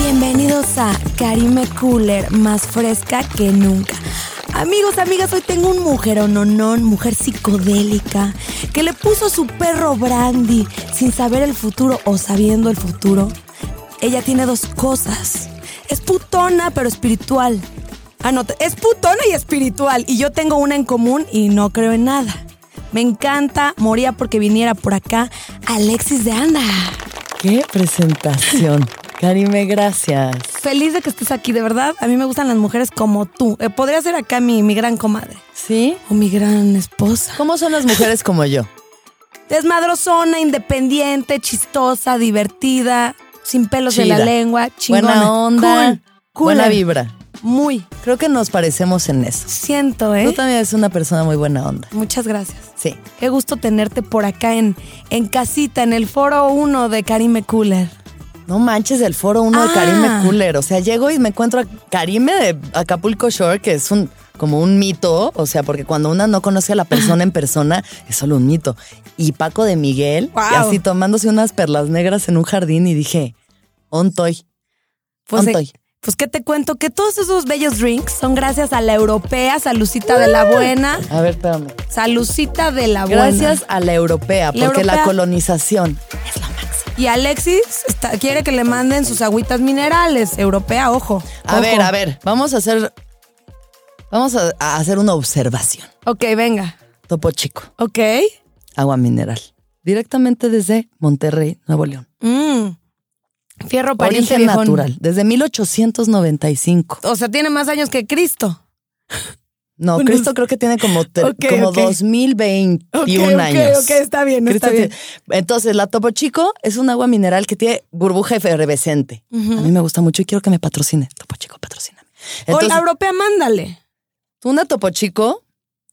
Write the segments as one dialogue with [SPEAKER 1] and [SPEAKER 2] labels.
[SPEAKER 1] Bienvenidos a Karime Cooler, más fresca que nunca. Amigos, amigas, hoy tengo un mujer ononón, mujer psicodélica, que le puso su perro Brandy sin saber el futuro o sabiendo el futuro. Ella tiene dos cosas. Es putona, pero espiritual. Ah, no, es putona y espiritual. Y yo tengo una en común y no creo en nada. Me encanta, moría porque viniera por acá Alexis de Anda.
[SPEAKER 2] ¡Qué presentación! Karime, gracias.
[SPEAKER 1] Feliz de que estés aquí, de verdad. A mí me gustan las mujeres como tú. Eh, podría ser acá mi, mi gran comadre
[SPEAKER 2] ¿Sí?
[SPEAKER 1] o mi gran esposa.
[SPEAKER 2] ¿Cómo son las mujeres como yo?
[SPEAKER 1] Desmadrozona, independiente, chistosa, divertida, sin pelos en la
[SPEAKER 2] Chida.
[SPEAKER 1] lengua, chingona.
[SPEAKER 2] Buena onda.
[SPEAKER 1] Cool, cool.
[SPEAKER 2] Buena vibra.
[SPEAKER 1] Muy.
[SPEAKER 2] Creo que nos parecemos en eso.
[SPEAKER 1] Siento, ¿eh?
[SPEAKER 2] Tú también eres una persona muy buena onda.
[SPEAKER 1] Muchas gracias.
[SPEAKER 2] Sí.
[SPEAKER 1] Qué gusto tenerte por acá en, en casita, en el foro 1 de Karime Cooler.
[SPEAKER 2] No manches el foro uno
[SPEAKER 1] Ah.
[SPEAKER 2] de Karime Cooler. O sea, llego y me encuentro a Karime de Acapulco Shore, que es un como un mito. O sea, porque cuando una no conoce a la persona en persona, es solo un mito. Y Paco de Miguel,
[SPEAKER 1] Wow.
[SPEAKER 2] y así tomándose unas perlas negras en un jardín y dije, ontoy.
[SPEAKER 1] Pues,
[SPEAKER 2] Ontoy.
[SPEAKER 1] eh, pues qué te cuento, que todos esos bellos drinks son gracias a la europea, Salucita de la Buena,
[SPEAKER 2] A ver, espérame.
[SPEAKER 1] Salucita de la Buena.
[SPEAKER 2] Gracias a la europea,
[SPEAKER 1] Ah, La
[SPEAKER 2] porque
[SPEAKER 1] europea-
[SPEAKER 2] la colonización.
[SPEAKER 1] Y Alexis está- quiere que le manden sus agüitas minerales, europea, ojo.
[SPEAKER 2] A
[SPEAKER 1] ojo.
[SPEAKER 2] ver, a ver, vamos a hacer. Vamos a, a hacer una observación.
[SPEAKER 1] Ok, venga.
[SPEAKER 2] Topo Chico,
[SPEAKER 1] Ok.
[SPEAKER 2] agua mineral. Directamente desde Monterrey, Nuevo León.
[SPEAKER 1] Mm. Fierro pariente
[SPEAKER 2] Origen
[SPEAKER 1] viejón.
[SPEAKER 2] natural, desde 1895.
[SPEAKER 1] O sea, tiene más años que Cristo.
[SPEAKER 2] No,
[SPEAKER 1] Unos-
[SPEAKER 2] Cristo creo que tiene como, te-
[SPEAKER 1] Ok,
[SPEAKER 2] como
[SPEAKER 1] ok.
[SPEAKER 2] 2021
[SPEAKER 1] Ok, ok,
[SPEAKER 2] años.
[SPEAKER 1] ok, está bien, está
[SPEAKER 2] Cristo
[SPEAKER 1] bien.
[SPEAKER 2] tiene- Entonces, la Topo Chico es un agua mineral que tiene burbuja efervescente. A mí me gusta mucho y quiero que me patrocine. Topo Chico, patrocíname.
[SPEAKER 1] o la europea, mándale.
[SPEAKER 2] Tú una topo chico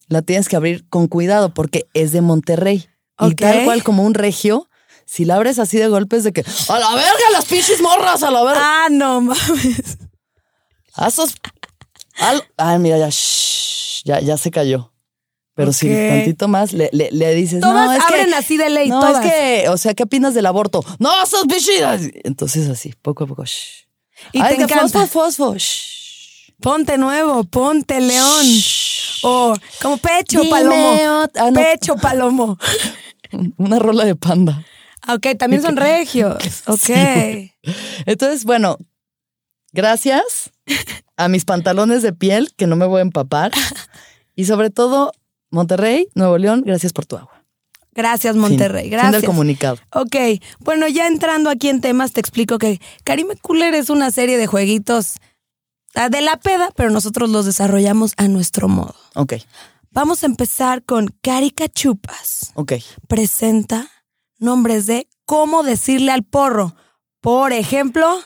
[SPEAKER 2] la tienes que abrir con cuidado porque es de Monterrey.
[SPEAKER 1] Ok.
[SPEAKER 2] Y tal cual como un regio, si la abres así de golpes de que a la verga las pinches morras, a la verga.
[SPEAKER 1] Ah, no mames. Ah.
[SPEAKER 2] A esos- al- Ay, mira, ya, shh, ya, ya se cayó. Pero
[SPEAKER 1] Ok.
[SPEAKER 2] si tantito más le, le- le dices,
[SPEAKER 1] Todas
[SPEAKER 2] no, es
[SPEAKER 1] abren
[SPEAKER 2] que,
[SPEAKER 1] así de ley,
[SPEAKER 2] no,
[SPEAKER 1] todas.
[SPEAKER 2] es que, o sea, ¿qué opinas del aborto? No, esos bichitas. Entonces así, poco a poco, shh.
[SPEAKER 1] Y te
[SPEAKER 2] Ay, que
[SPEAKER 1] encanta.
[SPEAKER 2] fosfo, fosfo, shh.
[SPEAKER 1] Ponte nuevo, ponte león. Oh,
[SPEAKER 2] Shh.
[SPEAKER 1] O como pecho,
[SPEAKER 2] Dime
[SPEAKER 1] palomo.
[SPEAKER 2] ot- ah, no.
[SPEAKER 1] Pecho, palomo. Ah,
[SPEAKER 2] Una rola de panda.
[SPEAKER 1] Ok, también son regios. Ok.
[SPEAKER 2] Sí. Entonces, bueno, gracias a mis pantalones de piel, que no me voy a empapar. Y sobre todo, Monterrey, Nuevo León, gracias por tu agua.
[SPEAKER 1] Gracias,
[SPEAKER 2] Fin.
[SPEAKER 1] Monterrey.
[SPEAKER 2] Fin
[SPEAKER 1] Gracias.
[SPEAKER 2] del comunicado.
[SPEAKER 1] Ok, bueno, ya entrando aquí en temas, te explico que Karime Cooler es una serie de jueguitos ah, de la peda, pero nosotros los desarrollamos a nuestro modo.
[SPEAKER 2] Ok,
[SPEAKER 1] Vamos a empezar con Caricachupas.
[SPEAKER 2] ok.
[SPEAKER 1] Presenta nombres de cómo decirle al porro. Por ejemplo,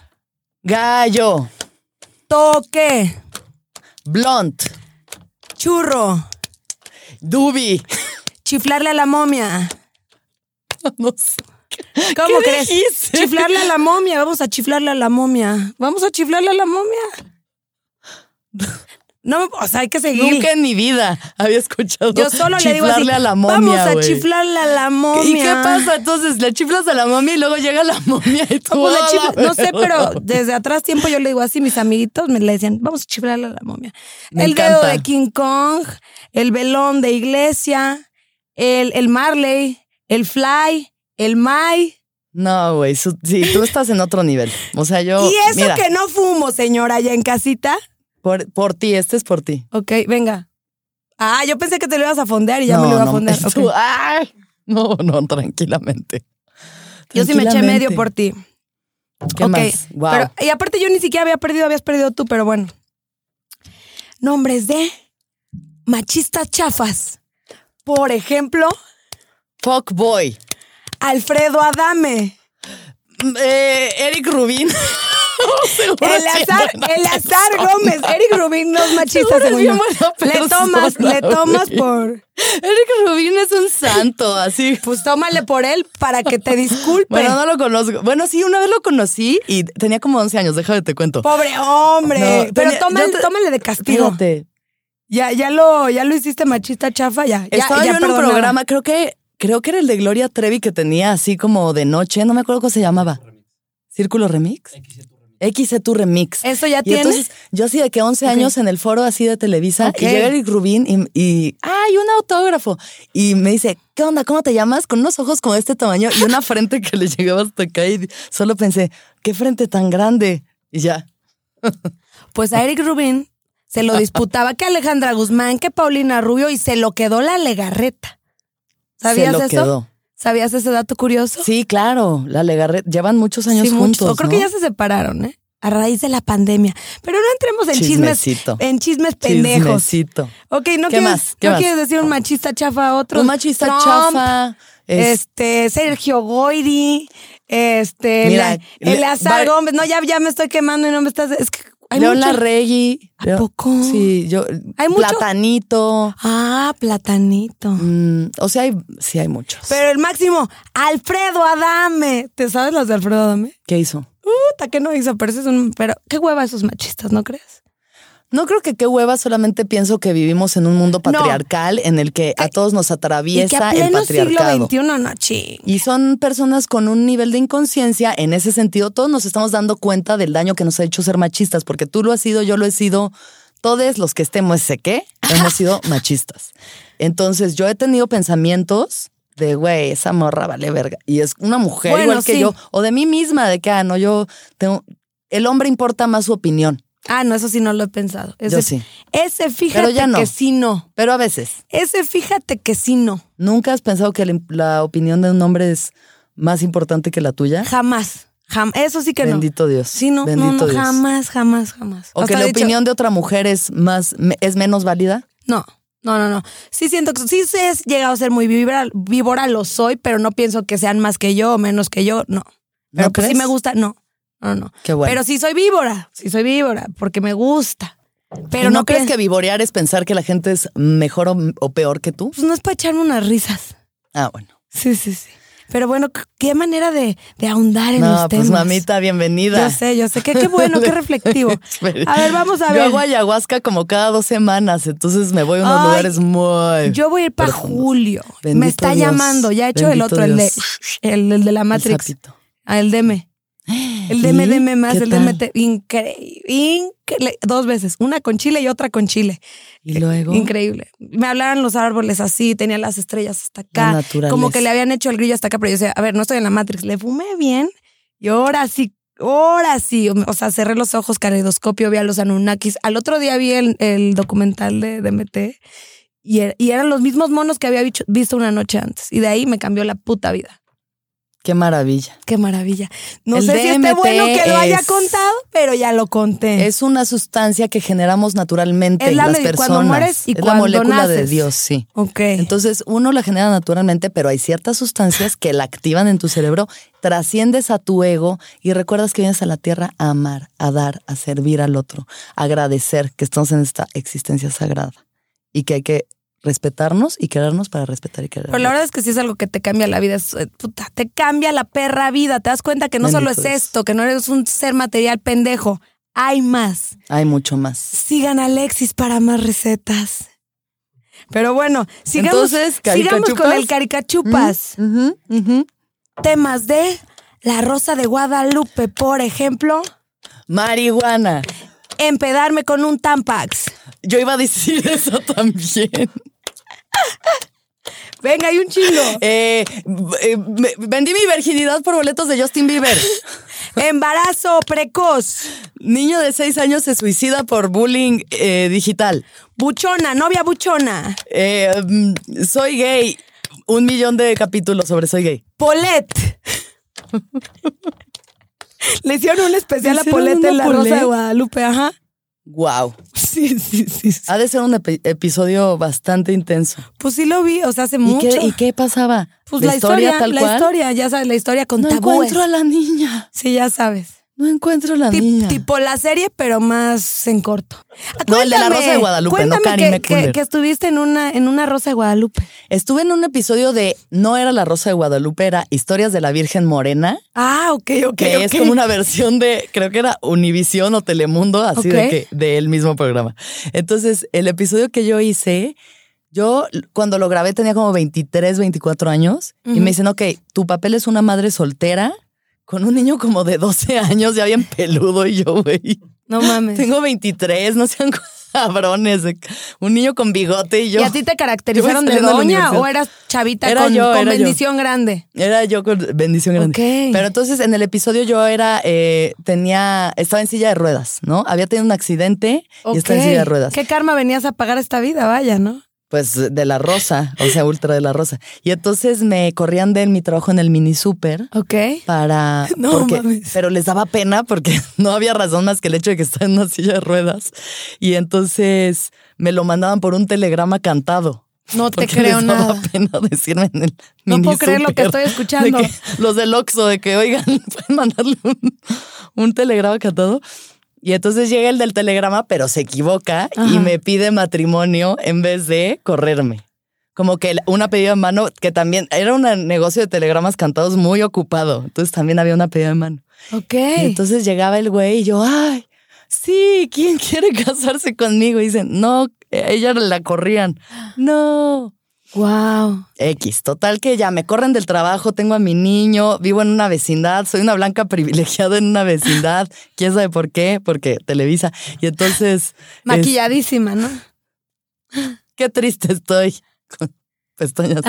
[SPEAKER 2] Gallo,
[SPEAKER 1] toque,
[SPEAKER 2] Blunt,
[SPEAKER 1] churro,
[SPEAKER 2] Dubi.
[SPEAKER 1] chiflarle a la momia.
[SPEAKER 2] No sé.
[SPEAKER 1] ¿Cómo
[SPEAKER 2] ¿Qué
[SPEAKER 1] crees?
[SPEAKER 2] dijiste?
[SPEAKER 1] Chiflarle a la momia, vamos a chiflarle a la momia. Vamos a chiflarle a la momia. No, o sea, hay que seguir.
[SPEAKER 2] Nunca en mi vida había escuchado
[SPEAKER 1] Yo solo le digo así,
[SPEAKER 2] chiflarle a la momia,
[SPEAKER 1] vamos a
[SPEAKER 2] güey".
[SPEAKER 1] chiflarle a la momia.
[SPEAKER 2] ¿Y qué pasa? Entonces le chiflas a la momia y luego llega la momia y tú.
[SPEAKER 1] No, pues le
[SPEAKER 2] "Hola,
[SPEAKER 1] chifla- no sé,
[SPEAKER 2] güey".
[SPEAKER 1] pero desde atrás tiempo yo le digo así, mis amiguitos me le decían, vamos a chiflarle a la momia.
[SPEAKER 2] Me
[SPEAKER 1] el dedo
[SPEAKER 2] encanta.
[SPEAKER 1] de King Kong, el velón de Iglesia, el, el Marley, el Fly, el Mai.
[SPEAKER 2] No, güey. su- Sí, tú estás en otro nivel. O sea, yo.
[SPEAKER 1] y eso
[SPEAKER 2] mira,
[SPEAKER 1] que no fumo, señora, allá en casita.
[SPEAKER 2] Por, por ti, este es por ti.
[SPEAKER 1] Ok, venga. Ah, yo pensé que te lo ibas a fondear y ya me lo iba a fondear.
[SPEAKER 2] tú-
[SPEAKER 1] Ok.
[SPEAKER 2] ¡ay! No, no, tranquilamente.
[SPEAKER 1] Yo sí me eché
[SPEAKER 2] Tranquilamente.
[SPEAKER 1] medio por ti.
[SPEAKER 2] ¿Qué
[SPEAKER 1] Ok,
[SPEAKER 2] más? Wow.
[SPEAKER 1] pero- y aparte yo ni siquiera había perdido, habías perdido tú, pero bueno. nombres de machistas chafas. Por ejemplo,
[SPEAKER 2] Fuck boy.
[SPEAKER 1] Alfredo Adame.
[SPEAKER 2] Mm, eh, Eric Rubin. Seguro
[SPEAKER 1] Eleazar,
[SPEAKER 2] siendo una
[SPEAKER 1] Eleazar
[SPEAKER 2] persona.
[SPEAKER 1] Gómez, Eric Rubin no es machista,
[SPEAKER 2] Seguro es
[SPEAKER 1] según
[SPEAKER 2] bien
[SPEAKER 1] yo.
[SPEAKER 2] buena
[SPEAKER 1] Le tomas,
[SPEAKER 2] persona,
[SPEAKER 1] le tomas
[SPEAKER 2] güey.
[SPEAKER 1] por.
[SPEAKER 2] Eric Rubin es un santo, así.
[SPEAKER 1] Pues tómale por él para que te disculpe.
[SPEAKER 2] Bueno, no lo conozco. Bueno, sí, una vez lo conocí y tenía como 11 años, déjame te cuento.
[SPEAKER 1] Pobre hombre. Pero
[SPEAKER 2] No, tenía-
[SPEAKER 1] tómale,
[SPEAKER 2] yo te-
[SPEAKER 1] tómale de castigo.
[SPEAKER 2] Fíjate,
[SPEAKER 1] Ya, ya lo, ya lo hiciste machista chafa, ya. ya-
[SPEAKER 2] estaba
[SPEAKER 1] ya
[SPEAKER 2] yo en un
[SPEAKER 1] perdonado.
[SPEAKER 2] programa, creo que, creo que era el de Gloria Trevi que tenía así como de noche, no me acuerdo cómo se llamaba. ¿Círculo Remix? XC Tu Remix.
[SPEAKER 1] Eso ya
[SPEAKER 2] Y
[SPEAKER 1] tienes.
[SPEAKER 2] entonces, yo así de que 11
[SPEAKER 1] Ok.
[SPEAKER 2] años en el foro así de Televisa,
[SPEAKER 1] Ok.
[SPEAKER 2] y llega Eric Rubin y, y, ¡ay, un autógrafo! Y me dice, ¿qué onda? ¿Cómo te llamas? Con unos ojos como de este tamaño y una frente que le llegaba hasta acá y solo pensé, ¿qué frente tan grande? Y ya.
[SPEAKER 1] Pues a Eric Rubin se lo disputaba que Alejandra Guzmán, que Paulina Rubio y se lo quedó la legarreta. ¿Sabías
[SPEAKER 2] se lo
[SPEAKER 1] eso?
[SPEAKER 2] quedó.
[SPEAKER 1] ¿Sabías ese dato curioso?
[SPEAKER 2] Sí, claro, la Legarret. Llevan muchos años
[SPEAKER 1] Sí, muchos.
[SPEAKER 2] juntos.
[SPEAKER 1] O creo
[SPEAKER 2] ¿no?
[SPEAKER 1] que ya se separaron, ¿eh? A raíz de la pandemia. Pero no entremos en
[SPEAKER 2] Chismecito.
[SPEAKER 1] chismes. En chismes pendejos.
[SPEAKER 2] Chismecito.
[SPEAKER 1] Ok, no,
[SPEAKER 2] ¿Qué
[SPEAKER 1] quieres,
[SPEAKER 2] más? ¿Qué
[SPEAKER 1] no
[SPEAKER 2] más?
[SPEAKER 1] quieres decir un machista chafa a otro.
[SPEAKER 2] Un machista
[SPEAKER 1] Trump,
[SPEAKER 2] chafa. es-
[SPEAKER 1] Este, Sergio Goiri, este,
[SPEAKER 2] Mira,
[SPEAKER 1] la- Eleazar
[SPEAKER 2] Le- Bar-
[SPEAKER 1] Gómez. No, ya, ya me estoy quemando y no me estás. Es que hay
[SPEAKER 2] León
[SPEAKER 1] mucha-
[SPEAKER 2] Larregui.
[SPEAKER 1] ¿A
[SPEAKER 2] Leo-
[SPEAKER 1] poco?
[SPEAKER 2] Sí, yo.
[SPEAKER 1] Hay mucho-
[SPEAKER 2] Platanito.
[SPEAKER 1] Ah, platanito.
[SPEAKER 2] mm, o sea, hay, sí hay muchos.
[SPEAKER 1] Pero el máximo, Alfredo Adame. ¿Te sabes las de Alfredo Adame?
[SPEAKER 2] ¿Qué hizo?
[SPEAKER 1] Puta, que no hizo, pero ese es un. Pero qué hueva esos machistas, ¿no crees?
[SPEAKER 2] No creo que qué hueva, solamente pienso que vivimos en un mundo patriarcal en el que a todos nos
[SPEAKER 1] Y, que a
[SPEAKER 2] atraviesa el
[SPEAKER 1] pleno siglo
[SPEAKER 2] patriarcado.
[SPEAKER 1] XXI, no, ching.
[SPEAKER 2] Y son personas con un nivel de inconsciencia. En ese sentido, todos nos estamos dando cuenta del daño que nos ha hecho ser machistas, porque tú lo has sido, yo lo he sido. Todos los que estemos, sé qué, hemos sido machistas. Entonces, yo he tenido pensamientos de, güey, esa morra vale verga. Y es una mujer
[SPEAKER 1] Bueno,
[SPEAKER 2] igual que
[SPEAKER 1] sí.
[SPEAKER 2] yo, o de mí misma, de que, ah, no, yo tengo. El hombre importa más su opinión.
[SPEAKER 1] Ah, no, eso sí no lo he pensado. Ese,
[SPEAKER 2] Yo sí.
[SPEAKER 1] Ese fíjate
[SPEAKER 2] Pero ya no.
[SPEAKER 1] que sí no.
[SPEAKER 2] Pero a veces,
[SPEAKER 1] Ese fíjate que sí no.
[SPEAKER 2] ¿nunca has pensado que la, la opinión de un hombre es más importante que la tuya?
[SPEAKER 1] Jamás. Jam eso sí que no.
[SPEAKER 2] ¿Ah? Bendito Dios.
[SPEAKER 1] Sí, no,
[SPEAKER 2] Bendito
[SPEAKER 1] no, no,
[SPEAKER 2] Dios.
[SPEAKER 1] jamás, jamás, jamás.
[SPEAKER 2] O que
[SPEAKER 1] Hasta
[SPEAKER 2] la
[SPEAKER 1] he dicho,
[SPEAKER 2] opinión de otra mujer es más me- es menos válida.
[SPEAKER 1] No, no, no, no. Sí siento que sí he llegado a ser muy víbora, víbora lo soy, pero no pienso que sean más que yo o menos que yo, no. Pero
[SPEAKER 2] ¿No
[SPEAKER 1] pues sí
[SPEAKER 2] crees?
[SPEAKER 1] me gusta, no. No, no.
[SPEAKER 2] Qué bueno.
[SPEAKER 1] Pero sí soy víbora, sí soy víbora, porque me gusta.
[SPEAKER 2] ¿Y
[SPEAKER 1] Pero
[SPEAKER 2] no,
[SPEAKER 1] no,
[SPEAKER 2] crees
[SPEAKER 1] pien-
[SPEAKER 2] que vivorear es pensar que la gente es mejor o, o peor que tú?
[SPEAKER 1] Pues no es para echarme unas risas.
[SPEAKER 2] Ah, bueno.
[SPEAKER 1] Sí, sí, sí. Pero bueno, c- qué manera de, de ahondar en
[SPEAKER 2] No,
[SPEAKER 1] los
[SPEAKER 2] pues
[SPEAKER 1] temas.
[SPEAKER 2] mamita, bienvenida.
[SPEAKER 1] Yo sé, yo sé. Qué, qué bueno, qué reflectivo. A ver, vamos a
[SPEAKER 2] Yo
[SPEAKER 1] ver.
[SPEAKER 2] hago ayahuasca como cada dos semanas, entonces me voy a unos
[SPEAKER 1] Ay,
[SPEAKER 2] lugares muy.
[SPEAKER 1] Yo voy a ir para
[SPEAKER 2] profundos.
[SPEAKER 1] julio.
[SPEAKER 2] Bendito
[SPEAKER 1] Me está
[SPEAKER 2] Dios,
[SPEAKER 1] llamando. Ya he hecho el
[SPEAKER 2] bendito
[SPEAKER 1] otro, el de, el, el de la
[SPEAKER 2] El
[SPEAKER 1] Matrix.
[SPEAKER 2] sapito.
[SPEAKER 1] Ah, El DM. El DM,
[SPEAKER 2] ¿Y?
[SPEAKER 1] DM más,
[SPEAKER 2] ¿Qué
[SPEAKER 1] el
[SPEAKER 2] tal?
[SPEAKER 1] DM. te- Increíble. increíble. Dos veces. Una con Chile y otra con Chile.
[SPEAKER 2] Y luego.
[SPEAKER 1] Increíble. Me hablaron los árboles así, tenía las estrellas hasta
[SPEAKER 2] La
[SPEAKER 1] acá.
[SPEAKER 2] naturaleza.
[SPEAKER 1] Como que le habían hecho el grillo hasta acá, pero yo decía, a ver, no estoy en la Matrix. Le fumé bien y ahora sí, ahora sí. O sea, cerré los ojos, caleidoscopio, vi a los Anunnakis. Al otro día vi el, el documental de DMT y, er- y eran los mismos monos que había bicho- visto una noche antes. Y de ahí me cambió la puta vida.
[SPEAKER 2] Qué maravilla.
[SPEAKER 1] Qué maravilla. No
[SPEAKER 2] El
[SPEAKER 1] sé si esté
[SPEAKER 2] DMT
[SPEAKER 1] bueno que lo haya
[SPEAKER 2] es-
[SPEAKER 1] contado, pero ya lo conté.
[SPEAKER 2] Es una sustancia que generamos naturalmente
[SPEAKER 1] Eh. Es la
[SPEAKER 2] las
[SPEAKER 1] medi-
[SPEAKER 2] personas.
[SPEAKER 1] cuando mueres y
[SPEAKER 2] es la
[SPEAKER 1] cuando
[SPEAKER 2] molécula de
[SPEAKER 1] naces.
[SPEAKER 2] Dios, sí.
[SPEAKER 1] ok.
[SPEAKER 2] Entonces, uno la genera naturalmente, pero hay ciertas sustancias que la activan en tu cerebro, trasciendes a tu ego y recuerdas que vienes a la tierra a amar, a dar, a servir al otro, a agradecer que estamos en esta existencia sagrada y que hay que respetarnos y querernos para respetar y querer.
[SPEAKER 1] Pero la verdad es que sí es algo que te cambia la vida. es, eh, puta, te cambia la perra vida. Te das cuenta que no solo
[SPEAKER 2] Bendito
[SPEAKER 1] es
[SPEAKER 2] Dios.
[SPEAKER 1] esto, que no eres un ser material pendejo. Hay más.
[SPEAKER 2] Hay mucho más.
[SPEAKER 1] Sigan a Alexis para más recetas. Pero bueno, sigamos,
[SPEAKER 2] Entonces,
[SPEAKER 1] sigamos con
[SPEAKER 2] ¿caricachupas?
[SPEAKER 1] el caricachupas.
[SPEAKER 2] Ujú, ujú. Mm.
[SPEAKER 1] Temas de La Rosa de Guadalupe, por ejemplo.
[SPEAKER 2] Marihuana.
[SPEAKER 1] Empedarme con un Tampax.
[SPEAKER 2] Yo iba a decir eso también.
[SPEAKER 1] Venga, hay un chingo.
[SPEAKER 2] Eh, eh, me- vendí mi virginidad por boletos de Justin Bieber.
[SPEAKER 1] Embarazo precoz.
[SPEAKER 2] Niño de seis años se suicida por bullying eh, digital.
[SPEAKER 1] Buchona, novia buchona.
[SPEAKER 2] Eh, mm, soy gay. Un millón de capítulos sobre soy gay.
[SPEAKER 1] Polet. Le hicieron un especial
[SPEAKER 2] ¿Le
[SPEAKER 1] a
[SPEAKER 2] hicieron
[SPEAKER 1] Polet
[SPEAKER 2] una
[SPEAKER 1] en La Rosa
[SPEAKER 2] Polet?
[SPEAKER 1] de Guadalupe, ajá.
[SPEAKER 2] Wow.
[SPEAKER 1] Sí, sí, sí. sí.
[SPEAKER 2] Ha de ser un epi- episodio bastante intenso.
[SPEAKER 1] Pues sí lo vi, o sea, hace
[SPEAKER 2] ¿Y
[SPEAKER 1] mucho.
[SPEAKER 2] qué, ¿Y qué pasaba?
[SPEAKER 1] Pues la historia, la historia, ya sabes, la historia con
[SPEAKER 2] No
[SPEAKER 1] tabúes.
[SPEAKER 2] encuentro a la niña.
[SPEAKER 1] Sí, ya sabes.
[SPEAKER 2] No encuentro a la
[SPEAKER 1] Tip-
[SPEAKER 2] niña.
[SPEAKER 1] tipo la serie, pero más en corto. Ah,
[SPEAKER 2] No, el de la
[SPEAKER 1] cuéntame,
[SPEAKER 2] Rosa de Guadalupe, no
[SPEAKER 1] cuéntame
[SPEAKER 2] Karime
[SPEAKER 1] que, que,
[SPEAKER 2] Kunder.
[SPEAKER 1] que estuviste en una, en una Rosa de Guadalupe.
[SPEAKER 2] Estuve en un episodio de No era la Rosa de Guadalupe, era Historias de la Virgen Morena,
[SPEAKER 1] Ah, ok, ok.
[SPEAKER 2] que es
[SPEAKER 1] ok.
[SPEAKER 2] como una versión de, creo que era Univisión o Telemundo, así
[SPEAKER 1] Ok.
[SPEAKER 2] de que del mismo programa. Entonces, el episodio que yo hice, yo cuando lo grabé tenía como 23, 24 años y
[SPEAKER 1] Ujú.
[SPEAKER 2] me dicen, ok, tu papel es una madre soltera con un niño como de 12 años, ya bien peludo y yo, güey.
[SPEAKER 1] No mames.
[SPEAKER 2] Tengo 23, no sean cabrones. Un niño con bigote y yo.
[SPEAKER 1] ¿Y a ti te caracterizaron
[SPEAKER 2] Yo
[SPEAKER 1] de
[SPEAKER 2] estrenando la
[SPEAKER 1] doña
[SPEAKER 2] universidad.
[SPEAKER 1] o eras chavita
[SPEAKER 2] Era
[SPEAKER 1] con,
[SPEAKER 2] yo,
[SPEAKER 1] con
[SPEAKER 2] era yo.
[SPEAKER 1] bendición grande?
[SPEAKER 2] Era yo con bendición grande.
[SPEAKER 1] Ok.
[SPEAKER 2] Pero entonces en el episodio yo era, eh, tenía, estaba en silla de ruedas, ¿no? Había tenido un accidente y estaba en
[SPEAKER 1] Ok.
[SPEAKER 2] silla de ruedas.
[SPEAKER 1] ¿Qué karma venías a pagar esta vida? Vaya, ¿no?
[SPEAKER 2] Pues de la rosa, o sea, ultra de la rosa. Y entonces me corrían de mi trabajo en el mini super
[SPEAKER 1] Ok.
[SPEAKER 2] para.
[SPEAKER 1] No
[SPEAKER 2] porque-
[SPEAKER 1] mames.
[SPEAKER 2] Pero les daba pena porque no había razón más que el hecho de que estaba en una silla de ruedas. Y entonces me lo mandaban por un telegrama cantado.
[SPEAKER 1] No te
[SPEAKER 2] Porque
[SPEAKER 1] creo
[SPEAKER 2] les daba
[SPEAKER 1] nada.
[SPEAKER 2] pena decirme en el
[SPEAKER 1] No
[SPEAKER 2] mini
[SPEAKER 1] puedo creer lo que
[SPEAKER 2] súper.
[SPEAKER 1] estoy escuchando.
[SPEAKER 2] De que los del Oxxo, de que, oigan, pueden mandarle un, un telegrama cantado. Y entonces llega el del telegrama, pero se equivoca
[SPEAKER 1] Ajá.
[SPEAKER 2] y me pide matrimonio en vez de correrme. Como que la- una pedida de mano, que también era un negocio de telegramas cantados muy ocupado. Entonces también había una pedida de mano.
[SPEAKER 1] Ok.
[SPEAKER 2] Y entonces llegaba el güey y yo, ay, sí, ¿quién quiere casarse conmigo? Y dicen, no, ella la corrían. No.
[SPEAKER 1] wow.
[SPEAKER 2] X, total que ya me corren del trabajo, tengo a mi niño, vivo en una vecindad, soy una blanca privilegiada en una vecindad, quién sabe por qué, porque Televisa. Y entonces, es-
[SPEAKER 1] Maquilladísima, ¿no?
[SPEAKER 2] qué triste estoy con pestañas.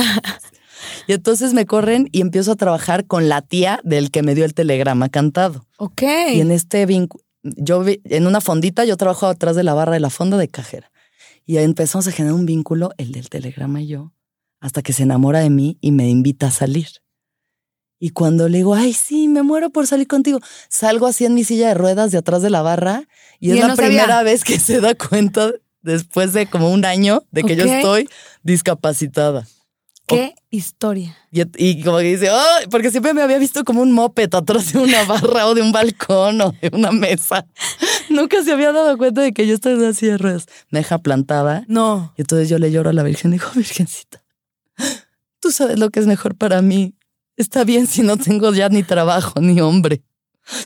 [SPEAKER 2] Y entonces me corren y empiezo a trabajar con la tía del que me dio el telegrama cantado.
[SPEAKER 1] Ok.
[SPEAKER 2] Y en este vínculo, yo vi- en una fondita, yo trabajo atrás de la barra de la fonda de cajera. Y ahí empezamos a generar un vínculo, el del telegrama y yo, hasta que se enamora de mí y me invita a salir. Y cuando le digo, ay, sí, me muero por salir contigo, salgo así en mi silla de ruedas de atrás de la barra y
[SPEAKER 1] Y
[SPEAKER 2] es
[SPEAKER 1] él
[SPEAKER 2] la
[SPEAKER 1] no sabía.
[SPEAKER 2] primera vez que se da cuenta después de como un año de que yo
[SPEAKER 1] Ok.
[SPEAKER 2] estoy discapacitada.
[SPEAKER 1] Qué historia.
[SPEAKER 2] Y, y como que dice, "Ay", porque siempre me había visto como un moped atrás de una barra o de un balcón o de una mesa. Nunca se había dado cuenta de que yo estaba en una silla de ruedas. Me deja plantada.
[SPEAKER 1] No.
[SPEAKER 2] Y entonces yo le lloro a la Virgen y digo, "Oh, Virgencita, tú sabes lo que es mejor para mí. Está bien si no tengo ya ni trabajo ni hombre.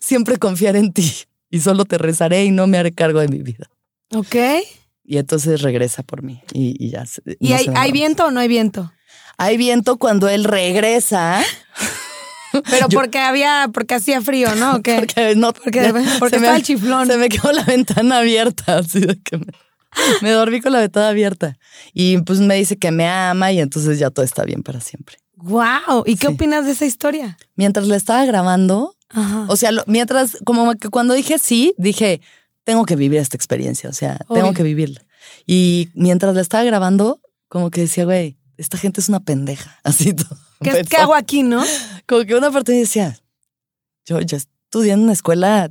[SPEAKER 2] Siempre confiar en ti y solo te rezaré y no me haré cargo de mi vida.
[SPEAKER 1] Ok.
[SPEAKER 2] Y entonces regresa por mí y, y ya. se-
[SPEAKER 1] ¿Y
[SPEAKER 2] nos
[SPEAKER 1] hay, hay
[SPEAKER 2] enamoramos.
[SPEAKER 1] viento o no hay viento?
[SPEAKER 2] Hay viento cuando él regresa.
[SPEAKER 1] Pero porque había, porque hacía frío, ¿no? ¿O qué?
[SPEAKER 2] Porque no,
[SPEAKER 1] Porque- porque
[SPEAKER 2] se me-
[SPEAKER 1] estaba el chiflón.
[SPEAKER 2] Se me quedó la ventana abierta, así de que me, me dormí con la ventana abierta. Y pues me dice que me ama y entonces ya todo está bien para siempre.
[SPEAKER 1] Wow. ¿Y qué
[SPEAKER 2] Sí.
[SPEAKER 1] opinas de esa historia?
[SPEAKER 2] Mientras la estaba grabando,
[SPEAKER 1] Ajá.
[SPEAKER 2] o sea, lo- mientras, como que cuando dije sí, dije, tengo que vivir esta experiencia, o sea,
[SPEAKER 1] Obvio.
[SPEAKER 2] tengo que vivirla. Y mientras la estaba grabando, como que decía, güey, esta gente es una pendeja, así todo.
[SPEAKER 1] ¿Qué, qué
[SPEAKER 2] pensaba.
[SPEAKER 1] hago aquí, no?
[SPEAKER 2] Como que una parte me decía, yo, yo estudié en una escuela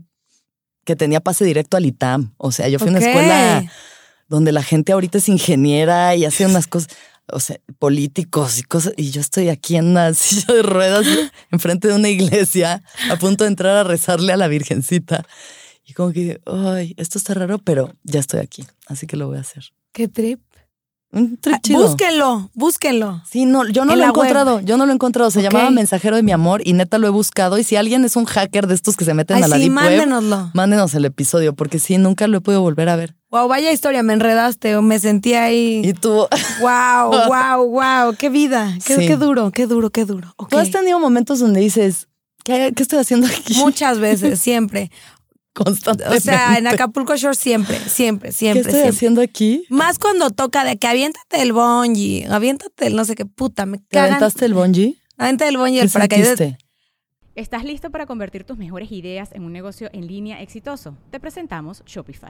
[SPEAKER 2] que tenía pase directo al ITAM. O sea, yo fui a
[SPEAKER 1] Ok.
[SPEAKER 2] una escuela donde la gente ahorita es ingeniera y hace unas cosas, o sea, políticos y cosas. Y yo estoy aquí en una silla de ruedas enfrente de una iglesia a punto de entrar a rezarle a la Virgencita. Y como que, ay, esto está raro, pero ya estoy aquí. Así que lo voy a hacer.
[SPEAKER 1] Qué trip.
[SPEAKER 2] Un trip
[SPEAKER 1] Ah,
[SPEAKER 2] chido.
[SPEAKER 1] Búsquenlo, búsquenlo.
[SPEAKER 2] Sí, no, yo no
[SPEAKER 1] En
[SPEAKER 2] lo he
[SPEAKER 1] la web.
[SPEAKER 2] encontrado, yo no lo he encontrado. Se
[SPEAKER 1] Ok.
[SPEAKER 2] llamaba Mensajero de mi amor y neta lo he buscado. Y si alguien es un hacker de estos que se meten
[SPEAKER 1] Ay,
[SPEAKER 2] a la
[SPEAKER 1] sí,
[SPEAKER 2] deep web,
[SPEAKER 1] mándenoslo.
[SPEAKER 2] mándenos el episodio porque sí, nunca lo he podido volver a ver.
[SPEAKER 1] Wow, vaya historia, me enredaste o me sentí ahí.
[SPEAKER 2] Y tú,
[SPEAKER 1] Wow, wow, wow, qué vida, qué,
[SPEAKER 2] Sí.
[SPEAKER 1] qué duro, qué duro, qué duro. Ok.
[SPEAKER 2] tú has tenido momentos donde dices, ¿qué, qué estoy haciendo aquí?
[SPEAKER 1] Muchas veces, siempre.
[SPEAKER 2] Constantemente.
[SPEAKER 1] O sea, en Acapulco Shore siempre, siempre,
[SPEAKER 2] ¿Qué
[SPEAKER 1] siempre,
[SPEAKER 2] estoy
[SPEAKER 1] siempre.
[SPEAKER 2] haciendo aquí?
[SPEAKER 1] Más cuando toca de que aviéntate el bonji, aviéntate el no sé qué puta, me
[SPEAKER 2] ¿Te
[SPEAKER 1] cagan.
[SPEAKER 2] aventaste el bungee?
[SPEAKER 1] Aviéntate el bonji,
[SPEAKER 2] ¿Qué
[SPEAKER 1] el paracaídas.
[SPEAKER 2] sentiste?
[SPEAKER 3] ¿Estás listo para convertir tus mejores ideas en un negocio en línea exitoso? Te presentamos Shopify.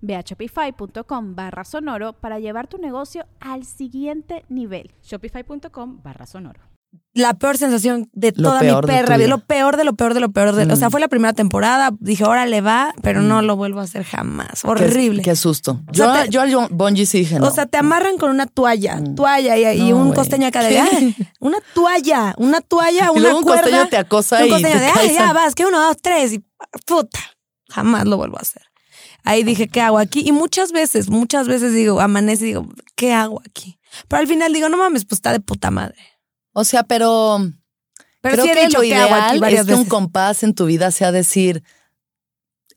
[SPEAKER 4] Ve a shopify.com barra sonoro para llevar tu negocio al siguiente nivel.
[SPEAKER 3] Shopify.com barra sonoro.
[SPEAKER 1] la peor sensación de
[SPEAKER 2] Lo
[SPEAKER 1] toda mi
[SPEAKER 2] peor de tu
[SPEAKER 1] perra. vida.
[SPEAKER 2] vida.
[SPEAKER 1] Lo peor de lo peor de lo peor de. O sea,
[SPEAKER 2] Mm.
[SPEAKER 1] fue la primera temporada. Dije, ahora le va, pero no lo vuelvo a hacer jamás.
[SPEAKER 2] Qué-
[SPEAKER 1] Horrible.
[SPEAKER 2] Qué, susto.
[SPEAKER 1] O sea,
[SPEAKER 2] Yo,
[SPEAKER 1] te-
[SPEAKER 2] yo al Bonji sí dije, no.
[SPEAKER 1] O sea, te amarran con una toalla,
[SPEAKER 2] Mm.
[SPEAKER 1] toalla y, y
[SPEAKER 2] No,
[SPEAKER 1] un
[SPEAKER 2] güey.
[SPEAKER 1] costeño acá de,
[SPEAKER 2] ¿Qué?
[SPEAKER 1] "Ay, una toalla, una toalla,
[SPEAKER 2] Y
[SPEAKER 1] una
[SPEAKER 2] luego un
[SPEAKER 1] cuerda.
[SPEAKER 2] costeño te acosa
[SPEAKER 1] un
[SPEAKER 2] y
[SPEAKER 1] costeño
[SPEAKER 2] te
[SPEAKER 1] de,
[SPEAKER 2] caes
[SPEAKER 1] ay, ya
[SPEAKER 2] a-
[SPEAKER 1] vas, que uno, dos, tres, y puta, jamás lo vuelvo a hacer. Ahí dije, ¿qué hago aquí? Y muchas veces, muchas veces digo, amanece y digo, ¿qué hago aquí? Pero al final digo, no mames, pues está de puta madre.
[SPEAKER 2] O sea, pero,
[SPEAKER 1] Pero
[SPEAKER 2] creo
[SPEAKER 1] sí he
[SPEAKER 2] que
[SPEAKER 1] dicho,
[SPEAKER 2] lo
[SPEAKER 1] "¿Qué hago aquí?"
[SPEAKER 2] ideal
[SPEAKER 1] varias
[SPEAKER 2] es que un
[SPEAKER 1] veces.
[SPEAKER 2] compás en tu vida sea decir,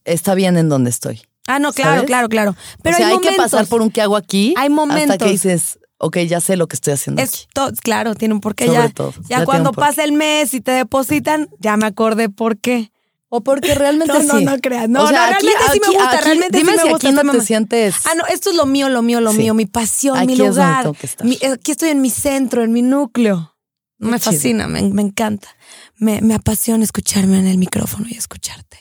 [SPEAKER 2] está bien en donde estoy.
[SPEAKER 1] Ah, no, claro,
[SPEAKER 2] ¿Sabes?
[SPEAKER 1] claro, claro. Pero
[SPEAKER 2] o sea, hay,
[SPEAKER 1] momentos,
[SPEAKER 2] que pasar por un qué hago aquí
[SPEAKER 1] Hay
[SPEAKER 2] hasta
[SPEAKER 1] momentos.
[SPEAKER 2] que dices, ok, ya sé lo que estoy haciendo aquí.
[SPEAKER 1] Es to- claro, tiene un porqué
[SPEAKER 2] Sobre
[SPEAKER 1] ya.
[SPEAKER 2] todo, ya
[SPEAKER 1] ya
[SPEAKER 2] tiene
[SPEAKER 1] cuando
[SPEAKER 2] un porqué.
[SPEAKER 1] pasa el mes y te depositan, ya me acordé por qué.
[SPEAKER 2] O porque realmente
[SPEAKER 1] No, no,
[SPEAKER 2] sí.
[SPEAKER 1] no creas. No,
[SPEAKER 2] O
[SPEAKER 1] no,
[SPEAKER 2] sea,
[SPEAKER 1] realmente sí me gusta, realmente
[SPEAKER 2] dime
[SPEAKER 1] sí me
[SPEAKER 2] si
[SPEAKER 1] gusta
[SPEAKER 2] aquí
[SPEAKER 1] esta
[SPEAKER 2] no te
[SPEAKER 1] mamá.
[SPEAKER 2] sientes...
[SPEAKER 1] Ah, no, esto es lo mío, lo mío, lo
[SPEAKER 2] Sí.
[SPEAKER 1] mío, mi pasión, mi
[SPEAKER 2] Aquí es donde
[SPEAKER 1] lugar.
[SPEAKER 2] tengo que estar.
[SPEAKER 1] mi- aquí estoy en mi centro, en mi núcleo.
[SPEAKER 2] Qué
[SPEAKER 1] me
[SPEAKER 2] chido.
[SPEAKER 1] fascina, me, me encanta. Me, me apasiona escucharme en el micrófono y escucharte.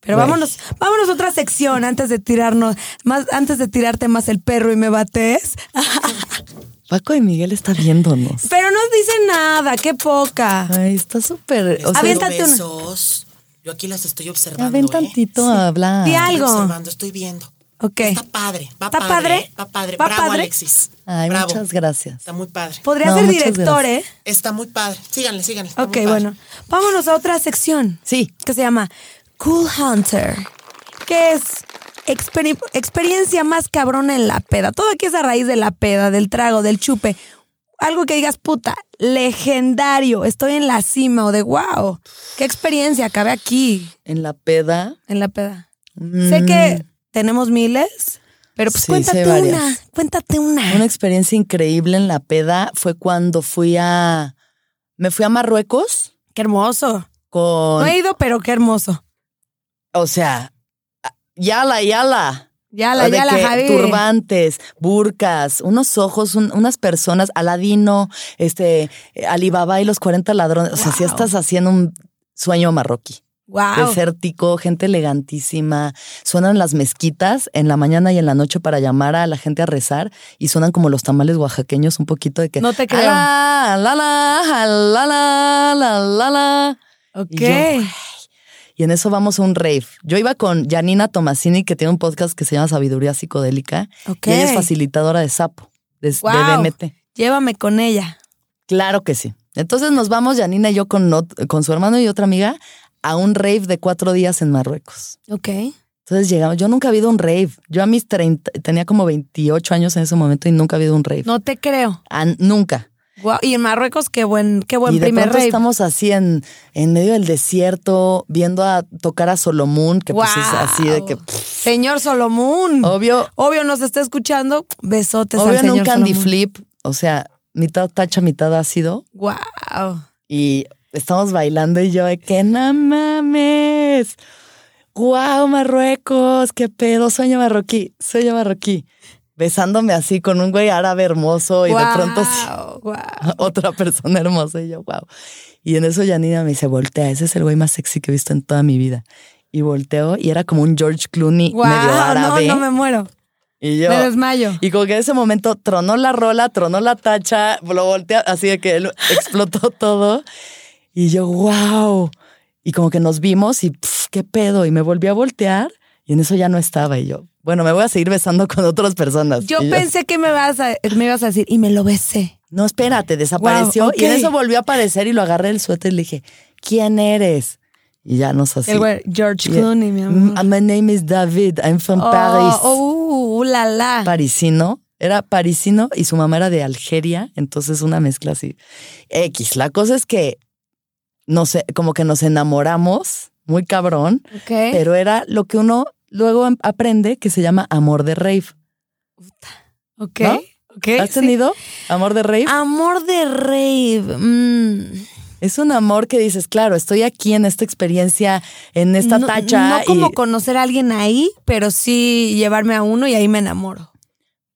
[SPEAKER 1] Pero
[SPEAKER 2] Güey.
[SPEAKER 1] vámonos, vámonos a otra sección antes de tirarnos, más, antes de tirarte más el perro y me bates.
[SPEAKER 2] Paco y Miguel está viéndonos.
[SPEAKER 1] Pero no dice nada, qué poca.
[SPEAKER 2] Ay, está súper... O sea,
[SPEAKER 1] Avienta-
[SPEAKER 2] ven
[SPEAKER 1] aviéntate una.
[SPEAKER 5] besos. Yo aquí las estoy observando. ¿eh?
[SPEAKER 2] tantito a hablar.
[SPEAKER 1] Di
[SPEAKER 5] Estoy
[SPEAKER 1] algo.
[SPEAKER 5] observando, estoy viendo.
[SPEAKER 1] Ok.
[SPEAKER 2] Eh.
[SPEAKER 5] Está padre, va
[SPEAKER 1] ¿Está
[SPEAKER 5] padre,
[SPEAKER 1] padre?
[SPEAKER 5] ¿eh? va padre.
[SPEAKER 1] ¿Va
[SPEAKER 5] Bravo,
[SPEAKER 1] padre?
[SPEAKER 5] Alexis.
[SPEAKER 2] Ay,
[SPEAKER 5] Bravo.
[SPEAKER 2] muchas gracias.
[SPEAKER 5] Está muy padre.
[SPEAKER 1] Podría
[SPEAKER 2] No,
[SPEAKER 1] ser
[SPEAKER 2] muchas
[SPEAKER 1] director, ¿eh?
[SPEAKER 2] gracias.
[SPEAKER 5] Está muy padre. Síganle, síganle. está
[SPEAKER 1] Ok,
[SPEAKER 5] muy padre.
[SPEAKER 1] bueno. Vámonos a otra sección.
[SPEAKER 2] Sí.
[SPEAKER 1] Que se llama Cool Hunter. Que es experi- experiencia más cabrona en la peda. Todo aquí es a raíz de la peda, del trago, del chupe. Algo que digas, puta, legendario, estoy en la cima o de wow. Qué experiencia, acabé aquí
[SPEAKER 2] En la peda...
[SPEAKER 1] en la peda. Sé que tenemos miles, pero pues
[SPEAKER 2] Mm. Sí, sé
[SPEAKER 1] cuéntate
[SPEAKER 2] varias.
[SPEAKER 1] una, cuéntate una.
[SPEAKER 2] Una experiencia increíble en la peda fue cuando fui a... Me fui a Marruecos
[SPEAKER 1] Qué hermoso.
[SPEAKER 2] con...
[SPEAKER 1] No he ido, pero qué hermoso.
[SPEAKER 2] O sea, yala, yala.
[SPEAKER 1] Ya la,
[SPEAKER 2] O de
[SPEAKER 1] ya la,
[SPEAKER 2] que
[SPEAKER 1] Javi.
[SPEAKER 2] Turbantes, burcas, unos ojos, un- unas personas, Aladino, este, eh, Alibaba y los 40 ladrones. O sea, si
[SPEAKER 1] Wow.
[SPEAKER 2] estás haciendo un sueño marroquí,
[SPEAKER 1] Wow.
[SPEAKER 2] desértico, gente elegantísima. Suenan las mezquitas en la mañana y en la noche para llamar a la gente a rezar y suenan como los tamales oaxaqueños un poquito de que.
[SPEAKER 1] No te creo.
[SPEAKER 2] "Alá, Ah, la, la, la, la, la, la, la".
[SPEAKER 1] Ok.
[SPEAKER 2] Y yo, güey. Y en eso vamos a un rave. Yo iba con Janina Tomasini, que tiene un podcast que se llama Sabiduría Psicodélica.
[SPEAKER 1] Ok.
[SPEAKER 2] Y ella es facilitadora de sapo, de, de
[SPEAKER 1] Guau.
[SPEAKER 2] DMT.
[SPEAKER 1] Llévame con ella.
[SPEAKER 2] Claro que sí. Entonces nos vamos, Janina y yo, con, not- con su hermano y otra amiga, a un rave de cuatro días en Marruecos.
[SPEAKER 1] Ok.
[SPEAKER 2] Entonces llegamos. Yo nunca he habido un rave. Yo a mis 30, tenía como 28 años en ese momento y nunca he habido un rave.
[SPEAKER 1] No te creo.
[SPEAKER 2] Ah, nunca.
[SPEAKER 1] Guau, Y en Marruecos, qué buen, qué buen
[SPEAKER 2] y de
[SPEAKER 1] Pues, primer
[SPEAKER 2] pronto
[SPEAKER 1] rave.
[SPEAKER 2] estamos así en, en medio del desierto, viendo a tocar a Solomon, que pues es
[SPEAKER 1] Guau.
[SPEAKER 2] así de que.
[SPEAKER 1] Señor Solomón.
[SPEAKER 2] Obvio,
[SPEAKER 1] Obvio nos está escuchando. Besotes al
[SPEAKER 2] Obvio en
[SPEAKER 1] Este señor
[SPEAKER 2] un candy
[SPEAKER 1] Solomón.
[SPEAKER 2] flip, o sea, mitad tacha, mitad ácido.
[SPEAKER 1] Guau.
[SPEAKER 2] Y estamos bailando y yo de que no mames. ¡Guau, Marruecos! ¡Qué pedo! Sueño marroquí, sueño marroquí. Besándome así con un güey árabe hermoso y de pronto sí,
[SPEAKER 1] Guau, guau.
[SPEAKER 2] otra persona hermosa y yo, wow. Y en eso Yanina me dice, voltea, ese es el güey más sexy que he visto en toda mi vida. Y volteo y era como un George Clooney
[SPEAKER 1] Guau,
[SPEAKER 2] medio
[SPEAKER 1] no,
[SPEAKER 2] árabe.
[SPEAKER 1] no me muero.
[SPEAKER 2] Y yo,
[SPEAKER 1] Me desmayo.
[SPEAKER 2] y como que en ese momento tronó la rola, tronó la tacha, lo voltea, así de que él explotó todo. Y yo, wow. Y como que nos vimos y pf, qué pedo. Y me volví a voltear y en eso ya no estaba. Y yo, bueno, me voy a seguir besando con otras personas.
[SPEAKER 1] Yo
[SPEAKER 2] Y
[SPEAKER 1] pensé que me, vas a- me ibas a decir y me lo besé.
[SPEAKER 2] no, espérate, desapareció.
[SPEAKER 1] Wow, ok.
[SPEAKER 2] Y en eso volvió a aparecer y lo agarré el suéter y le dije, ¿quién eres? Y ya no es así.
[SPEAKER 1] El güey, George
[SPEAKER 2] Yeah.
[SPEAKER 1] Clooney, mi
[SPEAKER 2] Mm,
[SPEAKER 1] amor.
[SPEAKER 2] uh, My name is David, I'm from
[SPEAKER 1] Oh,
[SPEAKER 2] Paris.
[SPEAKER 1] oh, uh, la la.
[SPEAKER 2] Parisino. Era parisino y su mamá era de Algeria, entonces una mezcla así. X, la cosa es que, no sé, como que nos enamoramos, muy cabrón,
[SPEAKER 1] Ok.
[SPEAKER 2] pero era lo que uno luego em- aprende que se llama amor de rave.
[SPEAKER 1] ok.
[SPEAKER 2] ¿no?
[SPEAKER 1] ok,
[SPEAKER 2] ¿Has
[SPEAKER 1] sí.
[SPEAKER 2] tenido amor de rave?
[SPEAKER 1] Amor de rave. mm.
[SPEAKER 2] Es un amor que dices, claro, estoy aquí en esta experiencia, en esta
[SPEAKER 1] no,
[SPEAKER 2] tacha.
[SPEAKER 1] No como
[SPEAKER 2] y-
[SPEAKER 1] conocer a alguien ahí, pero sí llevarme a uno y ahí me enamoro.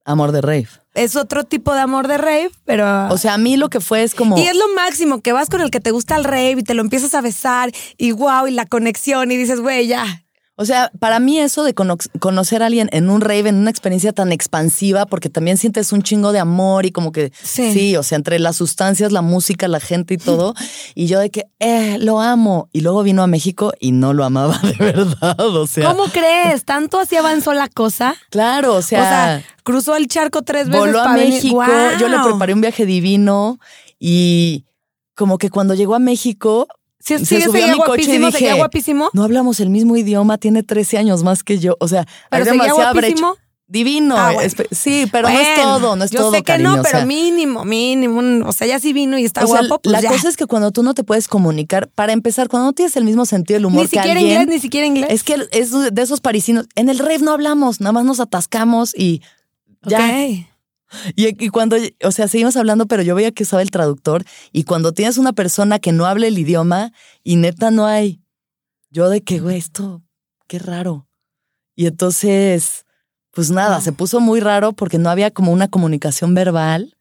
[SPEAKER 2] Amor de rave.
[SPEAKER 1] Es otro tipo de amor de rave, pero...
[SPEAKER 2] O sea, a mí lo que fue es como...
[SPEAKER 1] y es lo máximo, que vas con el que te gusta el rave y te lo empiezas a besar y wow, y la conexión y dices, güey, ya.
[SPEAKER 2] O sea, para mí eso de cono- conocer a alguien en un rave, en una experiencia tan expansiva, porque también sientes un chingo de amor y como que
[SPEAKER 1] Sí.
[SPEAKER 2] sí, o sea, entre las sustancias, la música, la gente y todo, y yo de que eh, lo amo. Y luego vino a México y no lo amaba de verdad, o sea,
[SPEAKER 1] ¿Cómo crees? ¿Tanto así avanzó la cosa?
[SPEAKER 2] claro, o sea,
[SPEAKER 1] o sea, cruzó el charco tres veces.
[SPEAKER 2] voló a
[SPEAKER 1] pa' venir.
[SPEAKER 2] México, yo le
[SPEAKER 1] ¡Guau!
[SPEAKER 2] preparé un viaje divino y como que cuando llegó a México
[SPEAKER 1] Sí,
[SPEAKER 2] se
[SPEAKER 1] sí,
[SPEAKER 2] subió
[SPEAKER 1] seguía
[SPEAKER 2] a mi coche y
[SPEAKER 1] guapísimo,
[SPEAKER 2] dije,
[SPEAKER 1] seguía guapísimo.
[SPEAKER 2] no hablamos el mismo idioma, tiene 13 años más que yo, o sea,
[SPEAKER 1] Pero
[SPEAKER 2] hay
[SPEAKER 1] seguía
[SPEAKER 2] demasiada brecha.
[SPEAKER 1] guapísimo.
[SPEAKER 2] Divino.
[SPEAKER 1] Ah, bueno.
[SPEAKER 2] espe- Sí, pero no es
[SPEAKER 1] Bueno,
[SPEAKER 2] todo, no es
[SPEAKER 1] yo
[SPEAKER 2] todo,
[SPEAKER 1] sé que
[SPEAKER 2] cariño,
[SPEAKER 1] no,
[SPEAKER 2] o
[SPEAKER 1] pero
[SPEAKER 2] sea,
[SPEAKER 1] mínimo, mínimo. un- O sea, ya sí vino y está
[SPEAKER 2] o sea,
[SPEAKER 1] guapo, pues
[SPEAKER 2] la
[SPEAKER 1] ya.
[SPEAKER 2] cosa es que cuando tú no te puedes comunicar, para empezar, cuando no tienes el mismo sentido del
[SPEAKER 1] ni
[SPEAKER 2] humor que
[SPEAKER 1] siquiera
[SPEAKER 2] alguien,
[SPEAKER 1] inglés, ni siquiera inglés.
[SPEAKER 2] es que es de esos parisinos. En el rave no hablamos, nada más nos atascamos y ya.
[SPEAKER 1] Ok.
[SPEAKER 2] Y, y cuando, o sea, seguimos hablando, pero yo veía que usaba el traductor. Y cuando tienes una persona que no hable el idioma y neta no hay, yo de que, güey, esto, qué raro. Y entonces, pues nada, se puso muy raro porque no había como una comunicación verbal.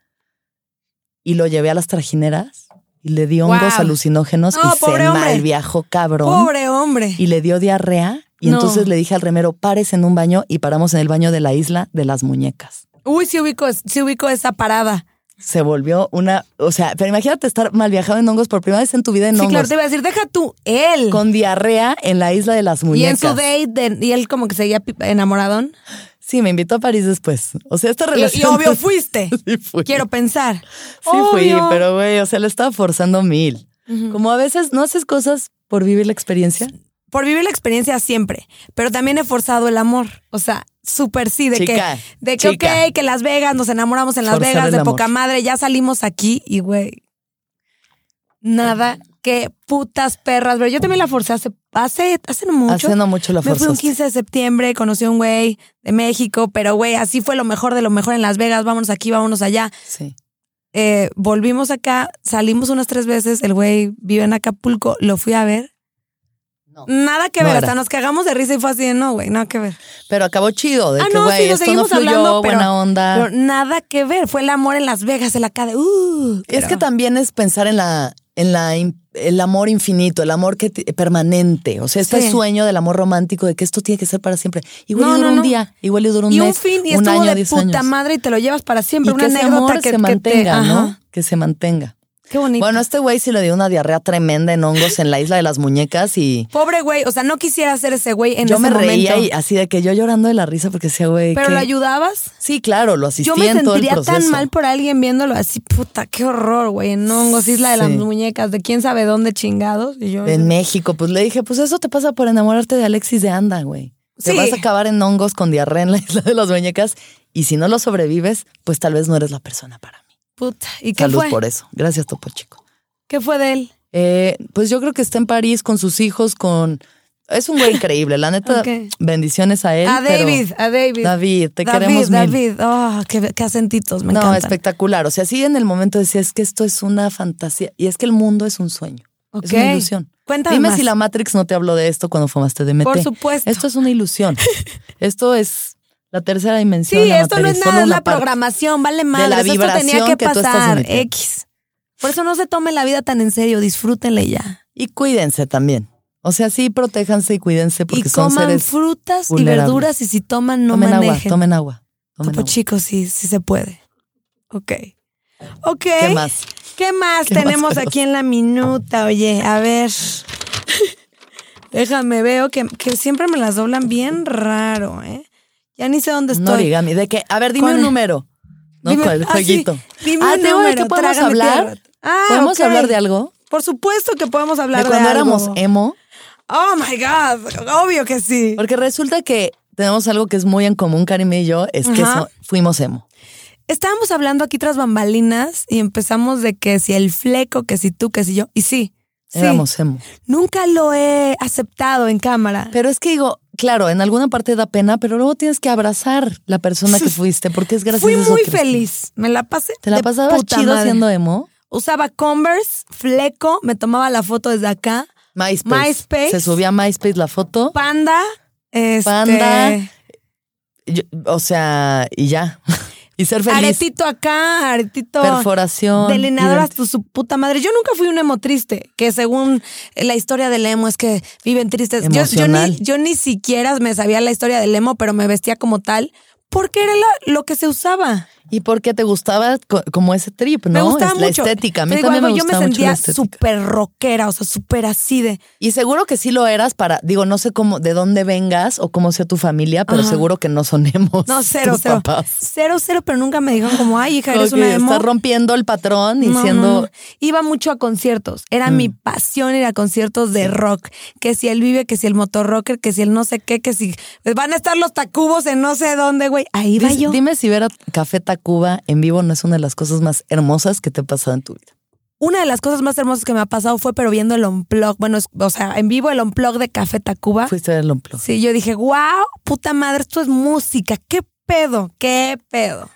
[SPEAKER 2] Y lo llevé a las trajineras y le di hongos
[SPEAKER 1] Guau.
[SPEAKER 2] alucinógenos
[SPEAKER 1] No,
[SPEAKER 2] y se
[SPEAKER 1] pobre hombre.
[SPEAKER 2] mal viajó cabrón
[SPEAKER 1] Pobre hombre.
[SPEAKER 2] y le dio diarrea. Y
[SPEAKER 1] No.
[SPEAKER 2] entonces le dije al remero, pares en un baño y paramos en el baño de la isla de las muñecas
[SPEAKER 1] Uy, sí ubico, sí ubico esa parada.
[SPEAKER 2] se volvió una, o sea, pero imagínate estar mal viajado en hongos por primera vez en tu vida en
[SPEAKER 1] Sí,
[SPEAKER 2] hongos.
[SPEAKER 1] claro, te iba a decir, deja tú, él.
[SPEAKER 2] pues Con diarrea en la isla de las
[SPEAKER 1] y en
[SPEAKER 2] muñecas.
[SPEAKER 1] su date, de- y él como que seguía pi- enamoradón.
[SPEAKER 2] Sí, me invitó a París después. O sea, esta
[SPEAKER 1] Y,
[SPEAKER 2] relación.
[SPEAKER 1] y obvio fuiste.
[SPEAKER 2] Sí fui.
[SPEAKER 1] Quiero pensar.
[SPEAKER 2] Sí fui,
[SPEAKER 1] Obvio.
[SPEAKER 2] pero güey, o sea, lo estaba forzando mil. Como a veces no haces cosas por vivir la experiencia.
[SPEAKER 1] Por vivir la experiencia siempre, pero también he forzado el amor. O sea, súper sí, de
[SPEAKER 2] Chica,
[SPEAKER 1] que, de que
[SPEAKER 2] chica.
[SPEAKER 1] ok, que Las Vegas, nos enamoramos en Las
[SPEAKER 2] Forzar
[SPEAKER 1] Vegas,
[SPEAKER 2] el
[SPEAKER 1] de
[SPEAKER 2] amor.
[SPEAKER 1] poca madre, ya salimos aquí y güey. Nada, qué putas perras, pero yo también la forcé hace, hace, hace no mucho.
[SPEAKER 2] Hace no mucho la
[SPEAKER 1] Me fui un
[SPEAKER 2] forzaste.
[SPEAKER 1] 15 de septiembre, conocí a un güey de México, pero güey, así fue lo mejor de lo mejor en Las Vegas, vámonos aquí, vámonos allá.
[SPEAKER 2] Sí.
[SPEAKER 1] Eh, volvimos acá, salimos unas tres veces, el güey vive en Acapulco, lo fui a ver. Nada que
[SPEAKER 2] No
[SPEAKER 1] ver,
[SPEAKER 2] era.
[SPEAKER 1] hasta nos cagamos de risa y fue así de no, güey, nada que ver.
[SPEAKER 2] Pero acabó chido, de
[SPEAKER 1] Ah,
[SPEAKER 2] que
[SPEAKER 1] no,
[SPEAKER 2] güey,
[SPEAKER 1] sí, nos
[SPEAKER 2] esto no
[SPEAKER 1] seguimos
[SPEAKER 2] fluyó,
[SPEAKER 1] hablando, pero,
[SPEAKER 2] buena onda.
[SPEAKER 1] pero nada que ver. Fue el amor en Las Vegas, el acá de uh.
[SPEAKER 2] Es que también es pensar en la en la in- el amor infinito, el amor que te- permanente, o sea, este
[SPEAKER 1] Sí.
[SPEAKER 2] sueño del amor romántico de que esto tiene que ser para siempre. Igual
[SPEAKER 1] No,
[SPEAKER 2] y dura
[SPEAKER 1] no,
[SPEAKER 2] un
[SPEAKER 1] no.
[SPEAKER 2] día, igual y dura un
[SPEAKER 1] y
[SPEAKER 2] mes,
[SPEAKER 1] un fin, y
[SPEAKER 2] un
[SPEAKER 1] estuvo
[SPEAKER 2] año,
[SPEAKER 1] de
[SPEAKER 2] diez
[SPEAKER 1] puta
[SPEAKER 2] años.
[SPEAKER 1] madre y te lo llevas para siempre.
[SPEAKER 2] y
[SPEAKER 1] una
[SPEAKER 2] que ese
[SPEAKER 1] anécdota
[SPEAKER 2] amor
[SPEAKER 1] que,
[SPEAKER 2] se
[SPEAKER 1] que te.
[SPEAKER 2] mantenga, ¿no?
[SPEAKER 1] ajá.
[SPEAKER 2] Que se mantenga.
[SPEAKER 1] Qué bonito.
[SPEAKER 2] Bueno, este güey sí le dio una diarrea tremenda en hongos en la isla de las muñecas y
[SPEAKER 1] Pobre güey, o sea, no quisiera ser ese güey en
[SPEAKER 2] yo
[SPEAKER 1] ese
[SPEAKER 2] me
[SPEAKER 1] momento.
[SPEAKER 2] reía y así de que yo llorando de la risa porque decía, güey,
[SPEAKER 1] Pero
[SPEAKER 2] ¿qué?
[SPEAKER 1] lo ayudabas.
[SPEAKER 2] Sí, claro, lo asistí
[SPEAKER 1] Yo me
[SPEAKER 2] en todo el
[SPEAKER 1] sentiría
[SPEAKER 2] proceso.
[SPEAKER 1] tan mal por alguien viéndolo así, puta, qué horror, güey, en hongos, isla de las
[SPEAKER 2] Sí.
[SPEAKER 1] muñecas, de quién sabe dónde chingados. Y yo,
[SPEAKER 2] En México, pues le dije, pues eso te pasa por enamorarte de Alexis de Anda, güey. Te
[SPEAKER 1] Sí.
[SPEAKER 2] vas a acabar en hongos con diarrea en la isla de las muñecas y si no lo sobrevives, pues tal vez no eres la persona para mí.
[SPEAKER 1] puta, ¿y qué
[SPEAKER 2] Salud
[SPEAKER 1] fue?
[SPEAKER 2] por eso. Gracias, Topo Chico.
[SPEAKER 1] ¿Qué fue de él?
[SPEAKER 2] Eh, pues yo creo que está en París con sus hijos, con... Es un güey increíble, la neta.
[SPEAKER 1] Ok.
[SPEAKER 2] Bendiciones a él.
[SPEAKER 1] a
[SPEAKER 2] pero-
[SPEAKER 1] David, a David.
[SPEAKER 2] David, te queremos mil.
[SPEAKER 1] David, oh, qué, qué acentitos, me
[SPEAKER 2] no,
[SPEAKER 1] encantan.
[SPEAKER 2] espectacular. O sea, sí en el momento decía, es que esto es una fantasía y es que el mundo es un sueño. Es
[SPEAKER 1] Ok.
[SPEAKER 2] una ilusión.
[SPEAKER 1] Cuéntame
[SPEAKER 2] Dime
[SPEAKER 1] más.
[SPEAKER 2] si la Matrix no te habló de esto cuando fumaste DMT.
[SPEAKER 1] Por supuesto.
[SPEAKER 2] Esto es una ilusión. esto es la tercera dimensión.
[SPEAKER 1] Sí,
[SPEAKER 2] la
[SPEAKER 1] esto no
[SPEAKER 2] materia,
[SPEAKER 1] es
[SPEAKER 2] solo
[SPEAKER 1] nada, es
[SPEAKER 2] una
[SPEAKER 1] la
[SPEAKER 2] parte.
[SPEAKER 1] programación, vale
[SPEAKER 2] la
[SPEAKER 1] madre. Esto tenía
[SPEAKER 2] vibración
[SPEAKER 1] que
[SPEAKER 2] que tú estás
[SPEAKER 1] pasar,
[SPEAKER 2] emitiendo.
[SPEAKER 1] X. Por eso no se tome la vida tan en serio, disfrútenla y ya.
[SPEAKER 2] Y cuídense también. O sea, sí, protéjanse y cuídense porque
[SPEAKER 1] y
[SPEAKER 2] son
[SPEAKER 1] coman
[SPEAKER 2] seres.
[SPEAKER 1] frutas y
[SPEAKER 2] vulnerables.
[SPEAKER 1] verduras y si toman, no
[SPEAKER 2] tomen agua,
[SPEAKER 1] manejen.
[SPEAKER 2] tomen agua. tomen
[SPEAKER 1] Topo
[SPEAKER 2] agua.
[SPEAKER 1] chico, sí, sí se puede. Ok. Ok.
[SPEAKER 2] ¿Qué más?
[SPEAKER 1] ¿Qué más
[SPEAKER 2] ¿Qué más
[SPEAKER 1] tenemos
[SPEAKER 2] tenemos?
[SPEAKER 1] aquí en la minuta? Oye, a ver. Déjame, veo que, que siempre me las doblan bien raro, ¿eh? Ya ni sé dónde
[SPEAKER 2] Un
[SPEAKER 1] estoy.
[SPEAKER 2] origami. De que, a ver, dime
[SPEAKER 1] Con-
[SPEAKER 2] un número. No,
[SPEAKER 1] Dime-
[SPEAKER 2] ¿Cuál? el
[SPEAKER 1] ah,
[SPEAKER 2] jueguito.
[SPEAKER 1] sí, dime
[SPEAKER 2] ah,
[SPEAKER 1] un
[SPEAKER 2] ¿tengo de
[SPEAKER 1] número,
[SPEAKER 2] qué podemos
[SPEAKER 1] trágame
[SPEAKER 2] hablar?
[SPEAKER 1] tierra. Ah,
[SPEAKER 2] ¿Podemos
[SPEAKER 1] ok.
[SPEAKER 2] hablar de algo?
[SPEAKER 1] Por supuesto que podemos hablar
[SPEAKER 2] de cuando
[SPEAKER 1] algo.
[SPEAKER 2] éramos emo.
[SPEAKER 1] Oh my God, obvio que sí.
[SPEAKER 2] Porque resulta que tenemos algo que es muy en común, Karim y yo, es que
[SPEAKER 1] Ajá.
[SPEAKER 2] so- fuimos emo.
[SPEAKER 1] Estábamos hablando aquí tras bambalinas y empezamos de que si el fleco, que si tú, que si yo. Y sí, sí.
[SPEAKER 2] Éramos emo.
[SPEAKER 1] Nunca lo he aceptado en cámara.
[SPEAKER 2] Pero es que digo, claro, en alguna parte da pena, pero luego tienes que abrazar la persona que fuiste, porque es gracias
[SPEAKER 1] Fui
[SPEAKER 2] a eso
[SPEAKER 1] muy
[SPEAKER 2] que eres
[SPEAKER 1] feliz. Me la pasé.
[SPEAKER 2] tú. ¿Te la
[SPEAKER 1] de
[SPEAKER 2] pasabas
[SPEAKER 1] puta
[SPEAKER 2] chido
[SPEAKER 1] madre.
[SPEAKER 2] siendo emo?
[SPEAKER 1] Usaba Converse, fleco, me tomaba la foto desde acá.
[SPEAKER 2] MySpace.
[SPEAKER 1] MySpace.
[SPEAKER 2] Se subía a MySpace la foto.
[SPEAKER 1] Panda. Este,
[SPEAKER 2] Panda. Yo- o sea, y ya. y ser feliz.
[SPEAKER 1] Aretito acá, aretito.
[SPEAKER 2] Perforación.
[SPEAKER 1] Delineador
[SPEAKER 2] ident-
[SPEAKER 1] hasta su puta madre. Yo nunca fui un emo triste, que según la historia del emo es que viven tristes. Yo- Yo,
[SPEAKER 2] Emocional.
[SPEAKER 1] ni, yo ni siquiera me sabía la historia del emo, pero me vestía como tal porque era la- lo que se usaba.
[SPEAKER 2] Y porque te gustaba co- como ese trip, ¿no?
[SPEAKER 1] me gustaba
[SPEAKER 2] Es la
[SPEAKER 1] mucho.
[SPEAKER 2] estética. A mí
[SPEAKER 1] Te digo
[SPEAKER 2] también
[SPEAKER 1] algo,
[SPEAKER 2] me
[SPEAKER 1] yo me
[SPEAKER 2] gustaba mucho la
[SPEAKER 1] sentía
[SPEAKER 2] estética.
[SPEAKER 1] súper rockera, o sea, súper así de.
[SPEAKER 2] Y seguro que sí lo eras para, digo, no sé cómo, de dónde vengas o cómo sea tu familia, pero
[SPEAKER 1] Ajá.
[SPEAKER 2] seguro que no son emos.
[SPEAKER 1] No, cero,
[SPEAKER 2] tus
[SPEAKER 1] cero.
[SPEAKER 2] papás.
[SPEAKER 1] Cero, cero, pero nunca me dijeron como, ay, hija, eres
[SPEAKER 2] Como que
[SPEAKER 1] una emo.
[SPEAKER 2] Estás rompiendo el patrón y
[SPEAKER 1] No,
[SPEAKER 2] siendo.
[SPEAKER 1] no, no. Iba mucho a conciertos. Era mi
[SPEAKER 2] Mm.
[SPEAKER 1] pasión ir a conciertos de rock. Que si él vive, que si el motorrocker, que si el no sé qué, que si eh, van a estar los tacubos en no sé dónde, güey. Ahí va
[SPEAKER 2] Dice-
[SPEAKER 1] yo.
[SPEAKER 2] Dime si ver a Café Tacuba en vivo no es una de las cosas más hermosas que te ha pasado en tu vida.
[SPEAKER 1] Una de las cosas más hermosas que me ha pasado fue, pero viendo el unplug. Bueno, es- o sea, en vivo el unplug de Café Tacuba.
[SPEAKER 2] Fuiste a ver el Unplugged.
[SPEAKER 1] Sí, yo dije, wow, puta madre, esto es música. ¿Qué pedo? ¿Qué pedo?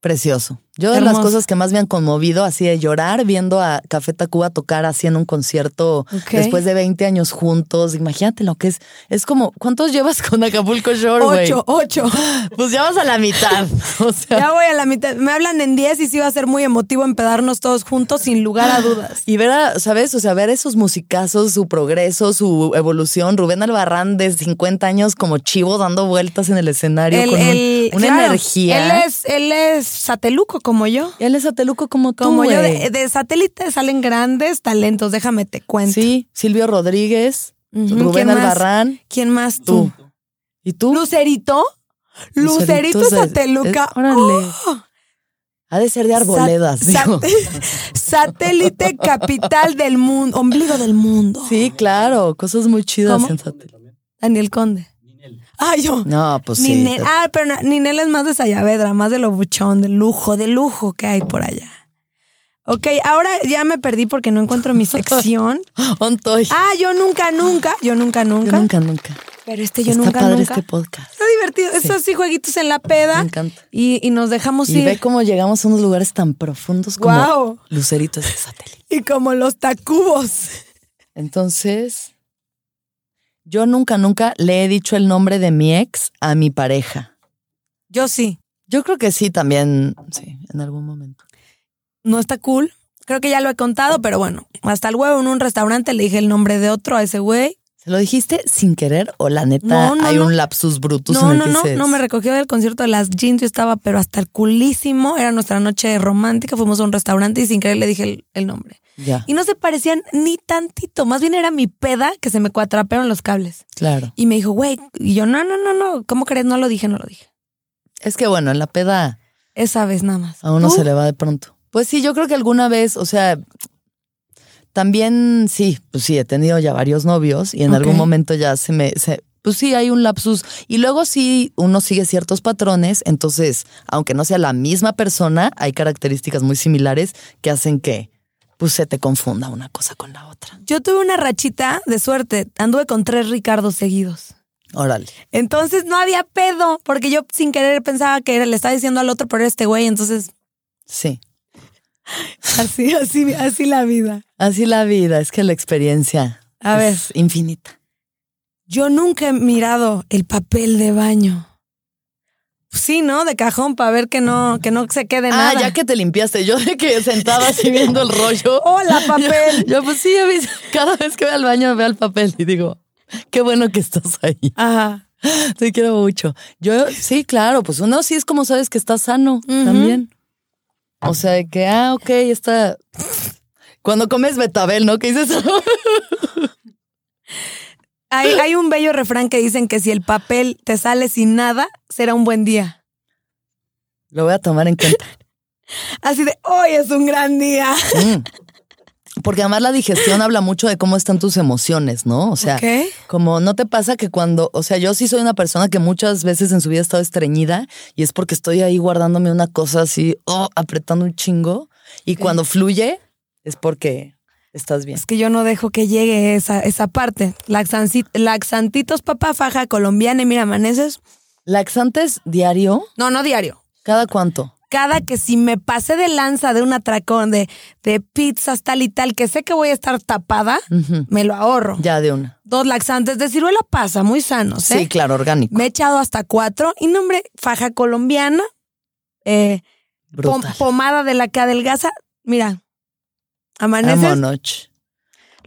[SPEAKER 2] Precioso. Yo de las
[SPEAKER 1] Hermoso.
[SPEAKER 2] cosas que más me han conmovido, así de llorar viendo a Café Tacuba tocar así en un concierto
[SPEAKER 1] Ok.
[SPEAKER 2] después de 20 años juntos. Imagínate lo que es. Es como, ¿cuántos llevas con Acapulco Shore, güey?
[SPEAKER 1] Ocho, ocho.
[SPEAKER 2] Pues ya vas a la mitad. O sea,
[SPEAKER 1] Ya voy a la mitad. Me hablan en diez y sí va a ser muy emotivo empedarnos todos juntos sin lugar a dudas.
[SPEAKER 2] Y ver, a- ¿sabes? O sea, ver esos musicazos, su progreso, su evolución. Rubén Albarrán de 50 años como chivo dando vueltas en el escenario
[SPEAKER 1] El-
[SPEAKER 2] con un-
[SPEAKER 1] el-
[SPEAKER 2] una
[SPEAKER 1] claro, Él
[SPEAKER 2] energía.
[SPEAKER 1] es, él es sateluco como yo.
[SPEAKER 2] Él es sateluco como tú,
[SPEAKER 1] Como yo,
[SPEAKER 2] güey.
[SPEAKER 1] de, de satélite salen grandes talentos, déjame te cuento.
[SPEAKER 2] Sí, Silvio Rodríguez,
[SPEAKER 1] Ujú, ¿quién
[SPEAKER 2] Rubén
[SPEAKER 1] más?
[SPEAKER 2] Albarrán.
[SPEAKER 1] ¿Quién más
[SPEAKER 2] Tú.
[SPEAKER 1] tú?
[SPEAKER 2] ¿Y tú?
[SPEAKER 1] ¿Lucerito?
[SPEAKER 2] Lucerito
[SPEAKER 1] Lucerito,
[SPEAKER 2] es-
[SPEAKER 1] Sateluca.
[SPEAKER 2] es- órale.
[SPEAKER 1] ¡Oh!
[SPEAKER 2] Ha de ser de arboledas,
[SPEAKER 1] Sat-
[SPEAKER 2] digo.
[SPEAKER 1] sat- satélite capital del mundo, ombligo del mundo.
[SPEAKER 2] Sí, claro, cosas muy chidas
[SPEAKER 1] ¿Cómo?
[SPEAKER 2] en satélite.
[SPEAKER 1] Daniel Conde. Ah, yo.
[SPEAKER 2] No, pues sí.
[SPEAKER 1] Ninel. Ah, pero no, Ninel es más de Sayavedra, más de lo buchón, de lujo, de lujo que hay por allá. Ok, ahora ya me perdí porque no encuentro mi sección.
[SPEAKER 2] Ontoy.
[SPEAKER 1] Ah, yo nunca, nunca, yo nunca,
[SPEAKER 2] Yo
[SPEAKER 1] nunca.
[SPEAKER 2] nunca, nunca.
[SPEAKER 1] Pero este yo
[SPEAKER 2] Está
[SPEAKER 1] nunca,
[SPEAKER 2] padre
[SPEAKER 1] nunca.
[SPEAKER 2] este podcast.
[SPEAKER 1] Está divertido. Estos así jueguitos en la peda.
[SPEAKER 2] Me encanta.
[SPEAKER 1] Y, y nos dejamos
[SPEAKER 2] Y ve
[SPEAKER 1] ir.
[SPEAKER 2] cómo llegamos a unos lugares tan profundos como
[SPEAKER 1] Guau.
[SPEAKER 2] luceritos de satélite.
[SPEAKER 1] Y como los tacubos.
[SPEAKER 2] Entonces, yo nunca, nunca le he dicho el nombre de mi ex a mi pareja.
[SPEAKER 1] Yo sí.
[SPEAKER 2] Yo creo que sí, también, sí, en algún momento.
[SPEAKER 1] No está cool. Creo que ya lo he contado, pero bueno. Hasta el huevo en un restaurante le dije el nombre de otro a ese güey.
[SPEAKER 2] ¿Se lo dijiste sin querer o la neta
[SPEAKER 1] No, no,
[SPEAKER 2] hay
[SPEAKER 1] no.
[SPEAKER 2] un lapsus brutus
[SPEAKER 1] No,
[SPEAKER 2] en el
[SPEAKER 1] no,
[SPEAKER 2] que
[SPEAKER 1] no,
[SPEAKER 2] dices,
[SPEAKER 1] no me recogió del concierto de las jeans, yo estaba pero hasta el culísimo, era nuestra noche romántica, fuimos a un restaurante y sin querer le dije el, el nombre.
[SPEAKER 2] Ya,
[SPEAKER 1] Y no se parecían ni tantito, más bien era mi peda que se me cuatrapearon los cables.
[SPEAKER 2] claro.
[SPEAKER 1] Y me dijo, güey, y yo, no, no, no, no, ¿cómo crees? No lo dije, no lo dije.
[SPEAKER 2] Es que bueno, en la peda
[SPEAKER 1] Esa vez nada más.
[SPEAKER 2] a uno
[SPEAKER 1] ¿Tú?
[SPEAKER 2] se le va de pronto. Pues sí, yo creo que alguna vez, o sea, también sí, pues sí, he tenido ya varios novios y en
[SPEAKER 1] Ok.
[SPEAKER 2] algún momento ya se me... se- pues sí, hay un lapsus. Y luego sí, uno sigue ciertos patrones, entonces, aunque no sea la misma persona, hay características muy similares que hacen que pues se te confunda una cosa con la otra.
[SPEAKER 1] Yo tuve una rachita de suerte, anduve con tres Ricardos seguidos.
[SPEAKER 2] Órale.
[SPEAKER 1] Entonces no había pedo, porque yo sin querer pensaba que era- le estaba diciendo al otro, pero era este güey, entonces
[SPEAKER 2] Sí.
[SPEAKER 1] así, así, así la vida.
[SPEAKER 2] Así la vida, es que la experiencia
[SPEAKER 1] A
[SPEAKER 2] es infinita.
[SPEAKER 1] Yo nunca he mirado el papel de baño. Sí, ¿no? De cajón para ver que no, que no se quede
[SPEAKER 2] Ah,
[SPEAKER 1] nada.
[SPEAKER 2] ya que te limpiaste, yo de que sentaba así viendo el rollo.
[SPEAKER 1] ¡Hola, papel!
[SPEAKER 2] Yo, pues sí, a veces- cada vez que voy al baño veo el papel y digo, qué bueno que estás ahí.
[SPEAKER 1] Ajá.
[SPEAKER 2] Te quiero mucho. Yo, sí, claro, pues uno sí es como sabes que estás sano
[SPEAKER 1] Ujú.
[SPEAKER 2] también. O sea, de que, ah, ok, está. Cuando comes betabel, ¿no? ¿Qué dices?
[SPEAKER 1] Hay, hay un bello refrán que dicen que si el papel te sale sin nada, será un buen día.
[SPEAKER 2] Lo voy a tomar en cuenta.
[SPEAKER 1] Así de, hoy es un gran día.
[SPEAKER 2] Mm. Porque además la digestión habla mucho de cómo están tus emociones, ¿no? O sea,
[SPEAKER 1] Ok.
[SPEAKER 2] como no te pasa que cuando, o sea, yo sí soy una persona que muchas veces en su vida ha estado estreñida y es porque estoy ahí guardándome una cosa así, oh, apretando un chingo y cuando fluye es porque estás bien.
[SPEAKER 1] Es que yo no dejo que llegue esa, esa parte. Laxanci- laxantitos, papá, faja colombiana y mira, amaneces.
[SPEAKER 2] Laxantes diario,
[SPEAKER 1] No, no diario.
[SPEAKER 2] cada cuánto?
[SPEAKER 1] Cada que si me pasé de lanza de un atracón de, de pizzas tal y tal, que sé que voy a estar tapada,
[SPEAKER 2] Ujú.
[SPEAKER 1] me lo ahorro.
[SPEAKER 2] Ya de una.
[SPEAKER 1] Dos laxantes de ciruela pasa, muy sanos, ¿eh?
[SPEAKER 2] Sí, claro, orgánico.
[SPEAKER 1] Me he echado hasta cuatro. Y nombre, faja colombiana, eh, pom-
[SPEAKER 2] Brutal.
[SPEAKER 1] pomada de la que adelgaza. Mira, amaneces,
[SPEAKER 2] Vámonos.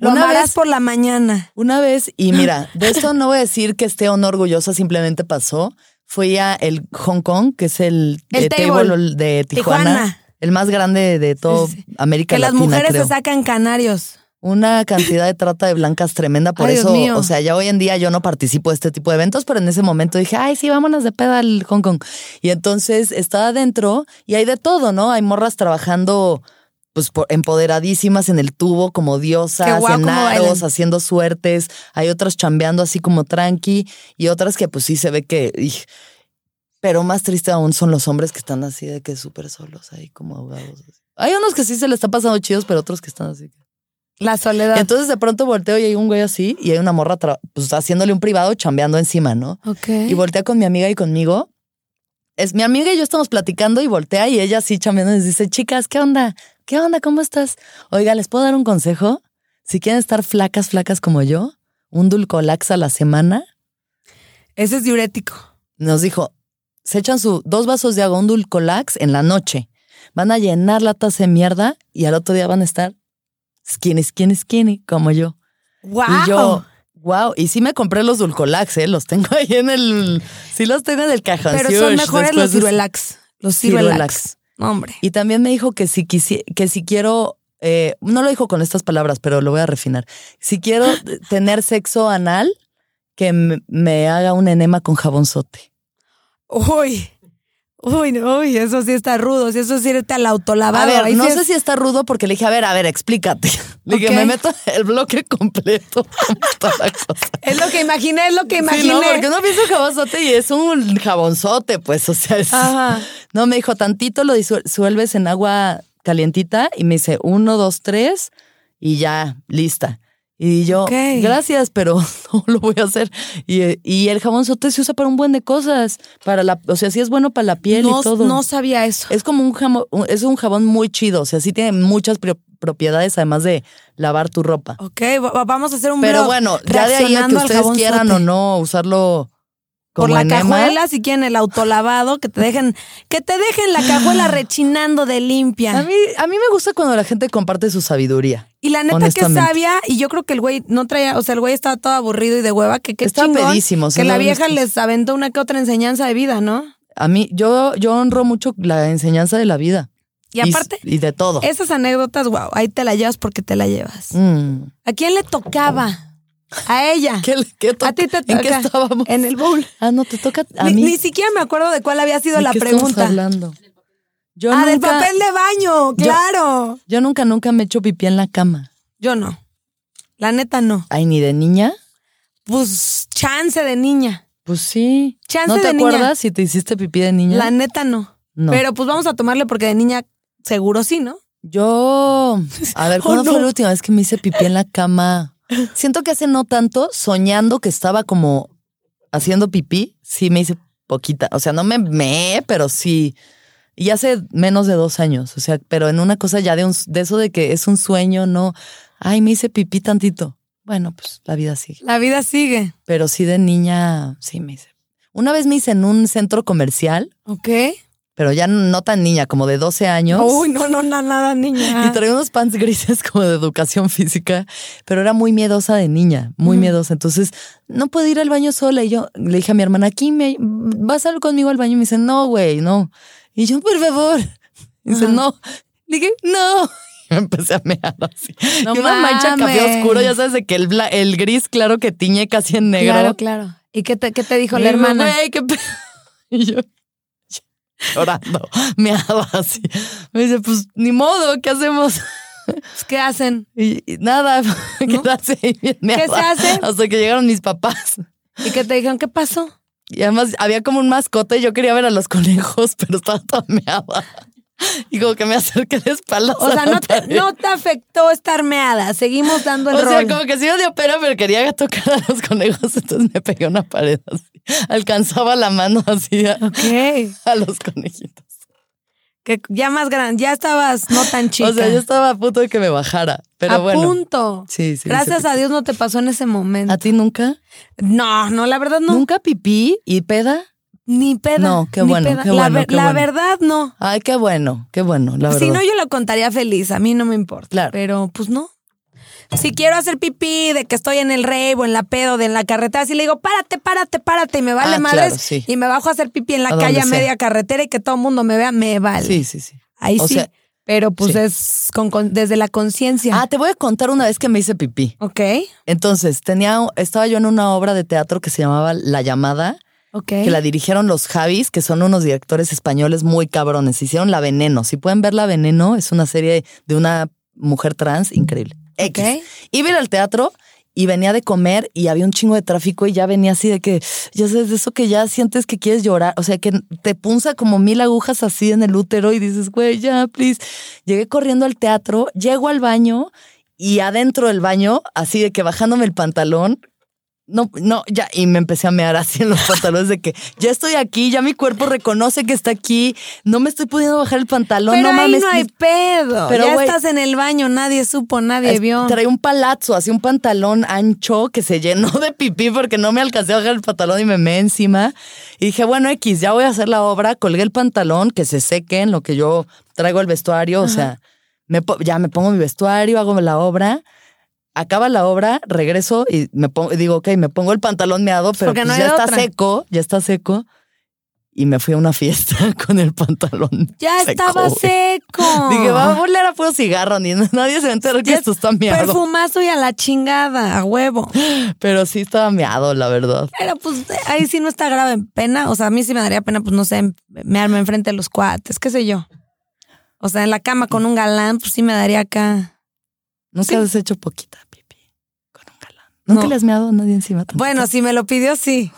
[SPEAKER 1] lo
[SPEAKER 2] Una
[SPEAKER 1] amarás
[SPEAKER 2] vez-
[SPEAKER 1] por la mañana.
[SPEAKER 2] Una vez, y mira, de esto no voy a decir que esté o no orgullosa, simplemente pasó. Fui a el Hong Kong, que es el,
[SPEAKER 1] El
[SPEAKER 2] eh,
[SPEAKER 1] table.
[SPEAKER 2] de Tijuana,
[SPEAKER 1] Tijuana.
[SPEAKER 2] el más grande de todo
[SPEAKER 1] Sí, sí,
[SPEAKER 2] América
[SPEAKER 1] Que las
[SPEAKER 2] Latina.
[SPEAKER 1] mujeres
[SPEAKER 2] creo.
[SPEAKER 1] se sacan canarios.
[SPEAKER 2] Una cantidad de trata de blancas tremenda, por
[SPEAKER 1] Ay, Dios
[SPEAKER 2] eso,
[SPEAKER 1] mío.
[SPEAKER 2] o sea, ya hoy en día yo no participo de este tipo de eventos, pero en ese momento dije, ay, sí, vámonos de peda al Hong Kong. Y entonces estaba adentro y hay de todo, ¿no? Hay morras trabajando, pues, por- empoderadísimas en el tubo como
[SPEAKER 1] Qué
[SPEAKER 2] diosas,
[SPEAKER 1] guau,
[SPEAKER 2] en
[SPEAKER 1] cómo bailan.
[SPEAKER 2] aros, haciendo suertes. Hay otras chambeando así como tranqui y otras que, pues, sí se ve que... ij. pero más triste aún son los hombres que están así de que súper solos ahí como ahogados. Hay unos que sí se les está pasando chidos, pero otros que están así.
[SPEAKER 1] La
[SPEAKER 2] Y
[SPEAKER 1] soledad.
[SPEAKER 2] entonces de pronto volteo y hay un güey así y hay una morra tra- pues haciéndole un privado chambeando encima, ¿no?
[SPEAKER 1] ok.
[SPEAKER 2] Y voltea con mi amiga y conmigo. Es mi amiga y yo estamos platicando y voltea y ella así chambeando nos dice, chicas, ¿qué onda? ¿Qué onda? ¿Cómo estás? Oiga, ¿les puedo dar un consejo? Si quieren estar flacas, flacas como yo, un dulcolax a la semana,
[SPEAKER 1] Ese es diurético.
[SPEAKER 2] nos dijo, se echan su dos vasos de agua, un dulcolax en la noche. Van a llenar la taza de mierda y al otro día van a estar skinny, skinny, skinny, como yo.
[SPEAKER 1] ¡Wow!
[SPEAKER 2] Y yo, wow, y sí me compré los Dulcolax, ¿eh? Los tengo ahí en el. Sí, los tengo en el cajón.
[SPEAKER 1] Pero
[SPEAKER 2] sí,
[SPEAKER 1] son
[SPEAKER 2] ush,
[SPEAKER 1] mejores
[SPEAKER 2] después
[SPEAKER 1] los
[SPEAKER 2] de-
[SPEAKER 1] ciruelax. Los ciruelax.
[SPEAKER 2] Ciruelax.
[SPEAKER 1] No, hombre.
[SPEAKER 2] Y también me dijo que si, quisi- que si quiero. eh, no lo dijo con estas palabras, pero lo voy a refinar. Si quiero tener sexo anal, que m- me haga un enema con jabonzote.
[SPEAKER 1] Uy. Uy, no, uy, eso sí está rudo. Si eso sí irte al autolavado.
[SPEAKER 2] A ver,
[SPEAKER 1] Ah, ahí
[SPEAKER 2] no
[SPEAKER 1] sí
[SPEAKER 2] sé
[SPEAKER 1] es-
[SPEAKER 2] si está rudo porque le dije, a ver, a ver, explícate. Le dije,
[SPEAKER 1] Ok.
[SPEAKER 2] me meto el bloque completo. ¿Cómo está la cosa?
[SPEAKER 1] Es lo que imaginé, es lo que imaginé.
[SPEAKER 2] Sí, no, porque uno piensa en jabonzote y es un jabonzote, pues, o sea, es-
[SPEAKER 1] Ajá.
[SPEAKER 2] No, me dijo, tantito lo disuelves en agua calientita y me dice, uno, dos, tres y ya, lista. Y yo,
[SPEAKER 1] Ok.
[SPEAKER 2] gracias, pero no lo voy a hacer. Y, eh, y el jabón sote se usa para un buen de cosas, para la, o sea, sí es bueno para la piel
[SPEAKER 1] No,
[SPEAKER 2] y todo.
[SPEAKER 1] no sabía eso.
[SPEAKER 2] Es como un jabón, es un jabón muy chido, o sea, sí tiene muchas pro- propiedades además de lavar tu ropa.
[SPEAKER 1] Ok, va- vamos a hacer un
[SPEAKER 2] Pero
[SPEAKER 1] blog
[SPEAKER 2] bueno, ya de ahí a que
[SPEAKER 1] Oh, reaccionando al
[SPEAKER 2] ustedes
[SPEAKER 1] jabón
[SPEAKER 2] quieran
[SPEAKER 1] sote.
[SPEAKER 2] o no usarlo como
[SPEAKER 1] Por la
[SPEAKER 2] enema.
[SPEAKER 1] cajuela, si quieren el autolavado, que te dejen, que te dejen la cajuela rechinando de limpia.
[SPEAKER 2] Ah. A mí, a mí me gusta cuando la gente comparte su sabiduría.
[SPEAKER 1] Y la neta que
[SPEAKER 2] Honestamente.
[SPEAKER 1] sabia, y yo creo que el güey no traía, o sea, el güey estaba todo aburrido y de hueva, que qué
[SPEAKER 2] Estaba
[SPEAKER 1] chingón
[SPEAKER 2] pedísimo, sí,
[SPEAKER 1] que la
[SPEAKER 2] no,
[SPEAKER 1] vieja
[SPEAKER 2] no-
[SPEAKER 1] les aventó una que otra enseñanza de vida, ¿no?
[SPEAKER 2] A mí, yo, yo honro mucho la enseñanza de la vida.
[SPEAKER 1] Y aparte,
[SPEAKER 2] Y, de todo.
[SPEAKER 1] esas anécdotas, wow, ahí te la llevas porque te la llevas.
[SPEAKER 2] Mm.
[SPEAKER 1] ¿A quién le tocaba? A ella.
[SPEAKER 2] ¿Qué le- qué toca-
[SPEAKER 1] a ti te
[SPEAKER 2] ¿En qué
[SPEAKER 1] toca?
[SPEAKER 2] estábamos?
[SPEAKER 1] En el bowl.
[SPEAKER 2] Ah, no, te toca a
[SPEAKER 1] Ni,
[SPEAKER 2] mí.
[SPEAKER 1] ni siquiera me acuerdo de cuál había sido
[SPEAKER 2] ¿De
[SPEAKER 1] la
[SPEAKER 2] qué estamos
[SPEAKER 1] pregunta.
[SPEAKER 2] hablando? Yo
[SPEAKER 1] ah, del
[SPEAKER 2] nunca-
[SPEAKER 1] papel de baño, claro.
[SPEAKER 2] Yo nunca, nunca me he hecho pipí en la cama.
[SPEAKER 1] Yo no. La neta no.
[SPEAKER 2] Ay, ni de niña.
[SPEAKER 1] Pues chance de niña.
[SPEAKER 2] Pues sí.
[SPEAKER 1] Chance
[SPEAKER 2] ¿No te
[SPEAKER 1] de niña.
[SPEAKER 2] acuerdas si te hiciste pipí de niña?
[SPEAKER 1] La neta no.
[SPEAKER 2] No.
[SPEAKER 1] Pero pues vamos a tomarle porque de niña seguro sí, ¿no?
[SPEAKER 2] Yo. A ver,
[SPEAKER 1] Oh,
[SPEAKER 2] ¿cuándo fue
[SPEAKER 1] no.
[SPEAKER 2] la última vez que me hice pipí en la cama? Siento que hace no tanto, soñando que estaba como haciendo pipí, sí me hice poquita. O sea, no me me, pero sí. Y hace menos de dos años. O sea, pero en una cosa ya de, un, de eso de que es un sueño, no. Ay, me hice pipí tantito. Bueno, pues la vida sigue.
[SPEAKER 1] La vida sigue.
[SPEAKER 2] Pero sí de niña, sí me hice. Una vez me hice en un centro comercial,
[SPEAKER 1] ¿Ok?
[SPEAKER 2] pero ya no tan niña, como de 12 años.
[SPEAKER 1] Uy, no, Ah, no, na- nada, niña.
[SPEAKER 2] Y traía unos pants grises como de educación física, pero era muy miedosa de niña, muy miedosa. Entonces, no puedo ir al baño sola. Y yo le dije a mi hermana, aquí me vas a ir conmigo al baño. Y me dice, no, güey, no. Y yo, por favor. Y dice, no. Le dije, no. Y me empecé a mear así.
[SPEAKER 1] No
[SPEAKER 2] y una mancha café
[SPEAKER 1] mames.
[SPEAKER 2] oscuro, ya sabes, de que el, bla- el gris, claro, que tiñe casi en negro.
[SPEAKER 1] Claro, claro. ¿Y qué te, qué te dijo
[SPEAKER 2] Y
[SPEAKER 1] la
[SPEAKER 2] yo,
[SPEAKER 1] hermana?
[SPEAKER 2] "Güey, qué pe-". Y yo llorando, meaba así. Me dice, pues ni modo, ¿qué hacemos?
[SPEAKER 1] Pues, ¿Qué hacen?
[SPEAKER 2] Y, y nada, quedarse ahí bien meada.
[SPEAKER 1] hace?
[SPEAKER 2] Hasta que llegaron mis papás.
[SPEAKER 1] ¿Y qué te dijeron? ¿Qué pasó?
[SPEAKER 2] Y además había como un mascote y yo quería ver a los conejos, pero estaba toda meada. Y como que me acerqué de espaldas.
[SPEAKER 1] O
[SPEAKER 2] a
[SPEAKER 1] sea,
[SPEAKER 2] la
[SPEAKER 1] no te,
[SPEAKER 2] pared.
[SPEAKER 1] no te afectó estar meada. Seguimos dando el
[SPEAKER 2] O sea,
[SPEAKER 1] rol.
[SPEAKER 2] como que sí me dio pena, pero quería tocar a los conejos, entonces me pegué a una pared así. Alcanzaba la mano así a,
[SPEAKER 1] Ok.
[SPEAKER 2] a los conejitos.
[SPEAKER 1] Que ya más grande, ya estabas no tan chica.
[SPEAKER 2] O sea, yo estaba a punto de que me bajara, pero
[SPEAKER 1] a
[SPEAKER 2] bueno.
[SPEAKER 1] punto.
[SPEAKER 2] Sí, sí,
[SPEAKER 1] Gracias
[SPEAKER 2] sí.
[SPEAKER 1] a Dios no te pasó en ese momento.
[SPEAKER 2] ¿A ti nunca?
[SPEAKER 1] No, no, la verdad no.
[SPEAKER 2] ¿Nunca pipí y peda?
[SPEAKER 1] Ni peda.
[SPEAKER 2] No, qué
[SPEAKER 1] ni
[SPEAKER 2] bueno,
[SPEAKER 1] peda.
[SPEAKER 2] qué
[SPEAKER 1] la,
[SPEAKER 2] bueno,
[SPEAKER 1] ver-
[SPEAKER 2] qué
[SPEAKER 1] la
[SPEAKER 2] bueno.
[SPEAKER 1] verdad no.
[SPEAKER 2] Ay, qué bueno, qué bueno, la
[SPEAKER 1] Si
[SPEAKER 2] verdad.
[SPEAKER 1] no, yo lo contaría feliz. A mí no me importa.
[SPEAKER 2] Claro.
[SPEAKER 1] Pero pues no. Si quiero hacer pipí de que estoy en el rave o en la pedo, de en la carretera, si le digo, párate, párate, párate, y me vale
[SPEAKER 2] Ah,
[SPEAKER 1] madres.
[SPEAKER 2] claro, sí.
[SPEAKER 1] Y me bajo a hacer pipí en la
[SPEAKER 2] A donde
[SPEAKER 1] calle a
[SPEAKER 2] sea.
[SPEAKER 1] media carretera y que todo el mundo me vea, me vale.
[SPEAKER 2] Sí, sí, sí.
[SPEAKER 1] Ahí
[SPEAKER 2] O
[SPEAKER 1] sí.
[SPEAKER 2] sea,
[SPEAKER 1] pero pues
[SPEAKER 2] sí.
[SPEAKER 1] es con, con- desde la conciencia.
[SPEAKER 2] Ah, te voy a contar una vez que me hice pipí.
[SPEAKER 1] ok,
[SPEAKER 2] Entonces, tenía, estaba yo en una obra de teatro que se llamaba La Llamada,
[SPEAKER 1] ok.
[SPEAKER 2] que la dirigieron los Javis, que son unos directores españoles muy cabrones. Hicieron La Veneno. Si pueden ver La Veneno, es una serie de una mujer trans increíble. X.
[SPEAKER 1] Ok.
[SPEAKER 2] Iba a ir al teatro y venía de comer y había un chingo de tráfico y ya venía así de que, ya sabes, de eso que ya sientes que quieres llorar. O sea, que te punza como mil agujas así en el útero y dices, güey, ya, please. Llegué corriendo al teatro, llego al baño y adentro del baño, así de que bajándome el pantalón, no, no, ya, y me empecé a mear así en los pantalones de que ya estoy aquí, ya mi cuerpo reconoce que está aquí, no me estoy pudiendo bajar el pantalón,
[SPEAKER 1] pero
[SPEAKER 2] no
[SPEAKER 1] ahí
[SPEAKER 2] mames.
[SPEAKER 1] no hay
[SPEAKER 2] please.
[SPEAKER 1] pedo.
[SPEAKER 2] Pero,
[SPEAKER 1] ya
[SPEAKER 2] güey-
[SPEAKER 1] estás en el baño, nadie supo, nadie
[SPEAKER 2] Es-
[SPEAKER 1] vio.
[SPEAKER 2] Traía un palazzo, así un pantalón ancho que se llenó de pipí porque no me alcancé a bajar el pantalón y me meé encima. Y dije, bueno, X, ya voy a hacer la obra. Colgué el pantalón, que se seque en lo que yo traigo el vestuario. O sea, me po- ya me pongo mi vestuario, hago la obra. Acaba la obra, regreso y me pongo, y digo, ok, me pongo el pantalón meado, pero
[SPEAKER 1] Porque
[SPEAKER 2] pues
[SPEAKER 1] no hay
[SPEAKER 2] ya
[SPEAKER 1] de
[SPEAKER 2] está
[SPEAKER 1] otra.
[SPEAKER 2] seco, ya está seco. Y me fui a una fiesta con el pantalón.
[SPEAKER 1] Ya
[SPEAKER 2] seco,
[SPEAKER 1] estaba
[SPEAKER 2] güey.
[SPEAKER 1] seco.
[SPEAKER 2] Dije, va a voler a puro cigarro, ni nadie se va a enterar que
[SPEAKER 1] Ya
[SPEAKER 2] esto está meado.
[SPEAKER 1] Perfumazo y a la chingada, a huevo.
[SPEAKER 2] Pero sí estaba meado, la verdad.
[SPEAKER 1] Pero pues ahí sí no está grave pena. O sea, a mí sí me daría pena, pues no sé, me arme enfrente de los cuates, qué sé yo. O sea, en la cama con un galán, pues sí me daría acá.
[SPEAKER 2] Nunca
[SPEAKER 1] Sí.
[SPEAKER 2] has hecho poquita pipí con un galán. Nunca
[SPEAKER 1] No.
[SPEAKER 2] le has meado a nadie encima. tampoco?
[SPEAKER 1] Bueno, si me lo pidió, sí.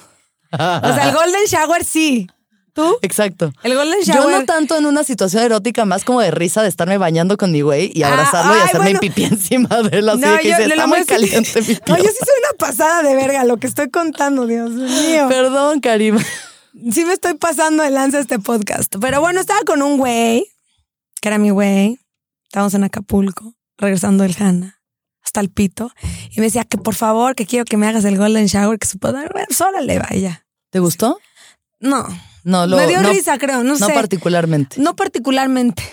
[SPEAKER 1] O sea, el Golden Shower sí. ¿Tú?
[SPEAKER 2] Exacto.
[SPEAKER 1] El Golden
[SPEAKER 2] Yo
[SPEAKER 1] Shower.
[SPEAKER 2] no tanto en una situación erótica, más como de risa de estarme bañando con mi güey y
[SPEAKER 1] Ah,
[SPEAKER 2] abrazarlo y
[SPEAKER 1] ay,
[SPEAKER 2] hacerme
[SPEAKER 1] bueno.
[SPEAKER 2] pipí encima de él. Así
[SPEAKER 1] No,
[SPEAKER 2] de que
[SPEAKER 1] yo le-
[SPEAKER 2] dice,
[SPEAKER 1] le
[SPEAKER 2] está
[SPEAKER 1] voy a
[SPEAKER 2] muy
[SPEAKER 1] decir-
[SPEAKER 2] caliente mi
[SPEAKER 1] No, yo
[SPEAKER 2] piola".
[SPEAKER 1] sí soy una pasada de verga lo que estoy contando, Dios mío.
[SPEAKER 2] Perdón, Karim.
[SPEAKER 1] sí me estoy pasando de lanza este podcast. Pero bueno, estaba con un güey, que era mi güey. Estábamos en Acapulco, regresando del Hanna, hasta el pito. Y me decía que por favor, que quiero que me hagas el Golden Shower, que supo dar. Bueno, pues, órale, vaya.
[SPEAKER 2] ¿Te gustó?
[SPEAKER 1] No,
[SPEAKER 2] No, lo
[SPEAKER 1] me dio
[SPEAKER 2] no,
[SPEAKER 1] risa, creo, no,
[SPEAKER 2] no
[SPEAKER 1] sé.
[SPEAKER 2] particularmente.
[SPEAKER 1] no particularmente.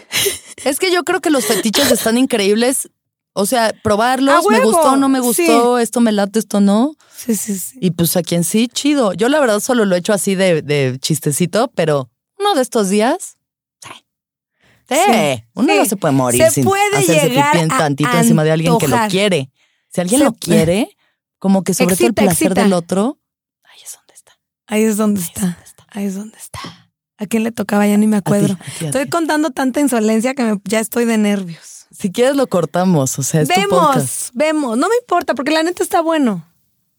[SPEAKER 2] Es que yo creo que los fetiches están increíbles. O sea, probarlos,
[SPEAKER 1] A
[SPEAKER 2] me
[SPEAKER 1] huevo,
[SPEAKER 2] gustó, no me gustó, esto me late, esto no.
[SPEAKER 1] Sí, sí, sí.
[SPEAKER 2] Y pues a quien sí, chido. Yo la verdad solo lo he hecho así de, de chistecito, pero uno de estos días. Sí.
[SPEAKER 1] Sí.
[SPEAKER 2] Uno no
[SPEAKER 1] Sí.
[SPEAKER 2] se puede morir
[SPEAKER 1] Se
[SPEAKER 2] sin
[SPEAKER 1] puede
[SPEAKER 2] hacerse
[SPEAKER 1] llegar
[SPEAKER 2] pipí en
[SPEAKER 1] a
[SPEAKER 2] tantito encima de alguien que lo
[SPEAKER 1] antojar.
[SPEAKER 2] quiere. Si alguien
[SPEAKER 1] Se
[SPEAKER 2] lo
[SPEAKER 1] puede.
[SPEAKER 2] quiere, como que sobre todo el
[SPEAKER 1] Excita,
[SPEAKER 2] placer
[SPEAKER 1] excita.
[SPEAKER 2] del otro. Ahí es donde está.
[SPEAKER 1] Ahí es donde
[SPEAKER 2] Ahí es
[SPEAKER 1] está.
[SPEAKER 2] donde está.
[SPEAKER 1] Ahí es donde está. ¿A quién le tocaba? Ya ni me
[SPEAKER 2] A ti,
[SPEAKER 1] acuerdo.
[SPEAKER 2] a ti, a
[SPEAKER 1] Estoy
[SPEAKER 2] ti.
[SPEAKER 1] contando tanta insolencia que me- ya estoy de nervios.
[SPEAKER 2] Si quieres lo cortamos, o sea, es tu podcast.
[SPEAKER 1] Vemos, vemos. No me importa, porque la neta está bueno.